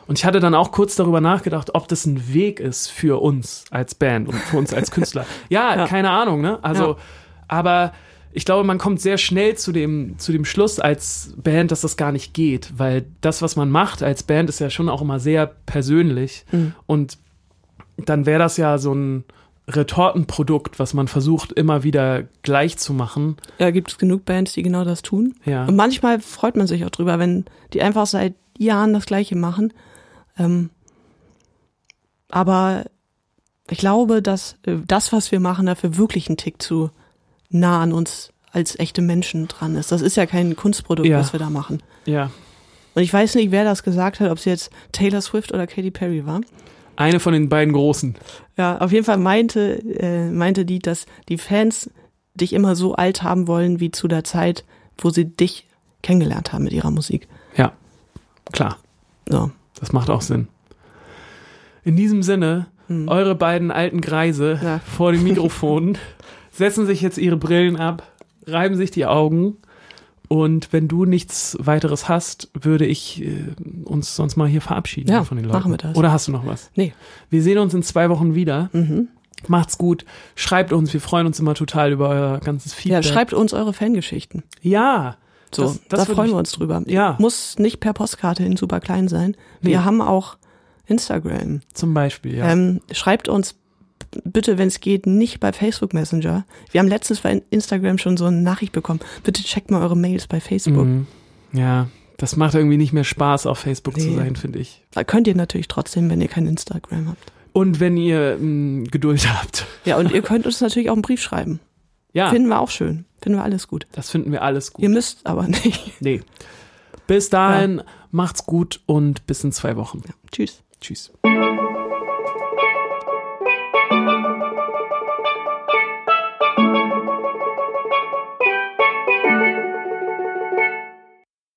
Und ich hatte dann auch kurz darüber nachgedacht, ob das ein Weg ist für uns als Band und für uns als Künstler. Ja, Ja. keine Ahnung, ne? Also, Ja. aber ich glaube, man kommt sehr schnell zu dem, zu dem Schluss als Band, dass das gar nicht geht, weil das, was man macht als Band, ist ja schon auch immer sehr persönlich. Mhm. Und dann wäre das ja so ein Retortenprodukt, was man versucht, immer wieder gleich zu machen. Ja, gibt es genug Bands, die genau das tun. Ja. Und manchmal freut man sich auch drüber, wenn die einfach seit Jahren das Gleiche machen. Ähm, aber ich glaube, dass äh, das, was wir machen, dafür wirklich einen Tick zu nah an uns als echte Menschen dran ist. Das ist ja kein Kunstprodukt, Ja. was wir da machen. Ja. Und ich weiß nicht, wer das gesagt hat, ob es jetzt Taylor Swift oder Katy Perry war. Eine von den beiden Großen. Ja, auf jeden Fall meinte, äh, meinte die, dass die Fans dich immer so alt haben wollen, wie zu der Zeit, wo sie dich kennengelernt haben mit ihrer Musik. Ja. Klar. So. Das macht auch Sinn. In diesem Sinne, eure beiden alten Greise Hm. Ja. vor dem Mikrofon setzen sich jetzt ihre Brillen ab, reiben sich die Augen und wenn du nichts weiteres hast, würde ich äh, uns sonst mal hier verabschieden Ja, von den Leuten. machen wir das. Oder hast du noch was? Nee. Wir sehen uns in zwei Wochen wieder. Macht's gut. Schreibt uns. Wir freuen uns immer total über euer ganzes Ja, Feedback. schreibt uns eure Fangeschichten. Ja. So, das, das da würde freuen mich- wir uns drüber. Ja. Muss nicht per Postkarte in super klein sein. Wir Nee. haben auch Instagram. Zum Beispiel, ja. Ähm, schreibt uns b- bitte, wenn es geht, nicht bei Facebook Messenger. Wir haben letztens bei Instagram schon so eine Nachricht bekommen. Bitte checkt mal eure Mails bei Facebook. Mhm. Ja, das macht irgendwie nicht mehr Spaß, auf Facebook zu Nee. sein, finde ich. Da könnt ihr natürlich trotzdem, wenn ihr kein Instagram habt. Und wenn ihr mh, Geduld habt. Ja, und ihr könnt uns natürlich auch einen Brief schreiben. Ja, Finden wir auch schön. Finden wir alles gut. das finden wir alles Ah. gut. Ihr müsst aber nicht. Nee. Bis dahin, macht's gut und bis in zwei Wochen. Tschüss. Tschüss.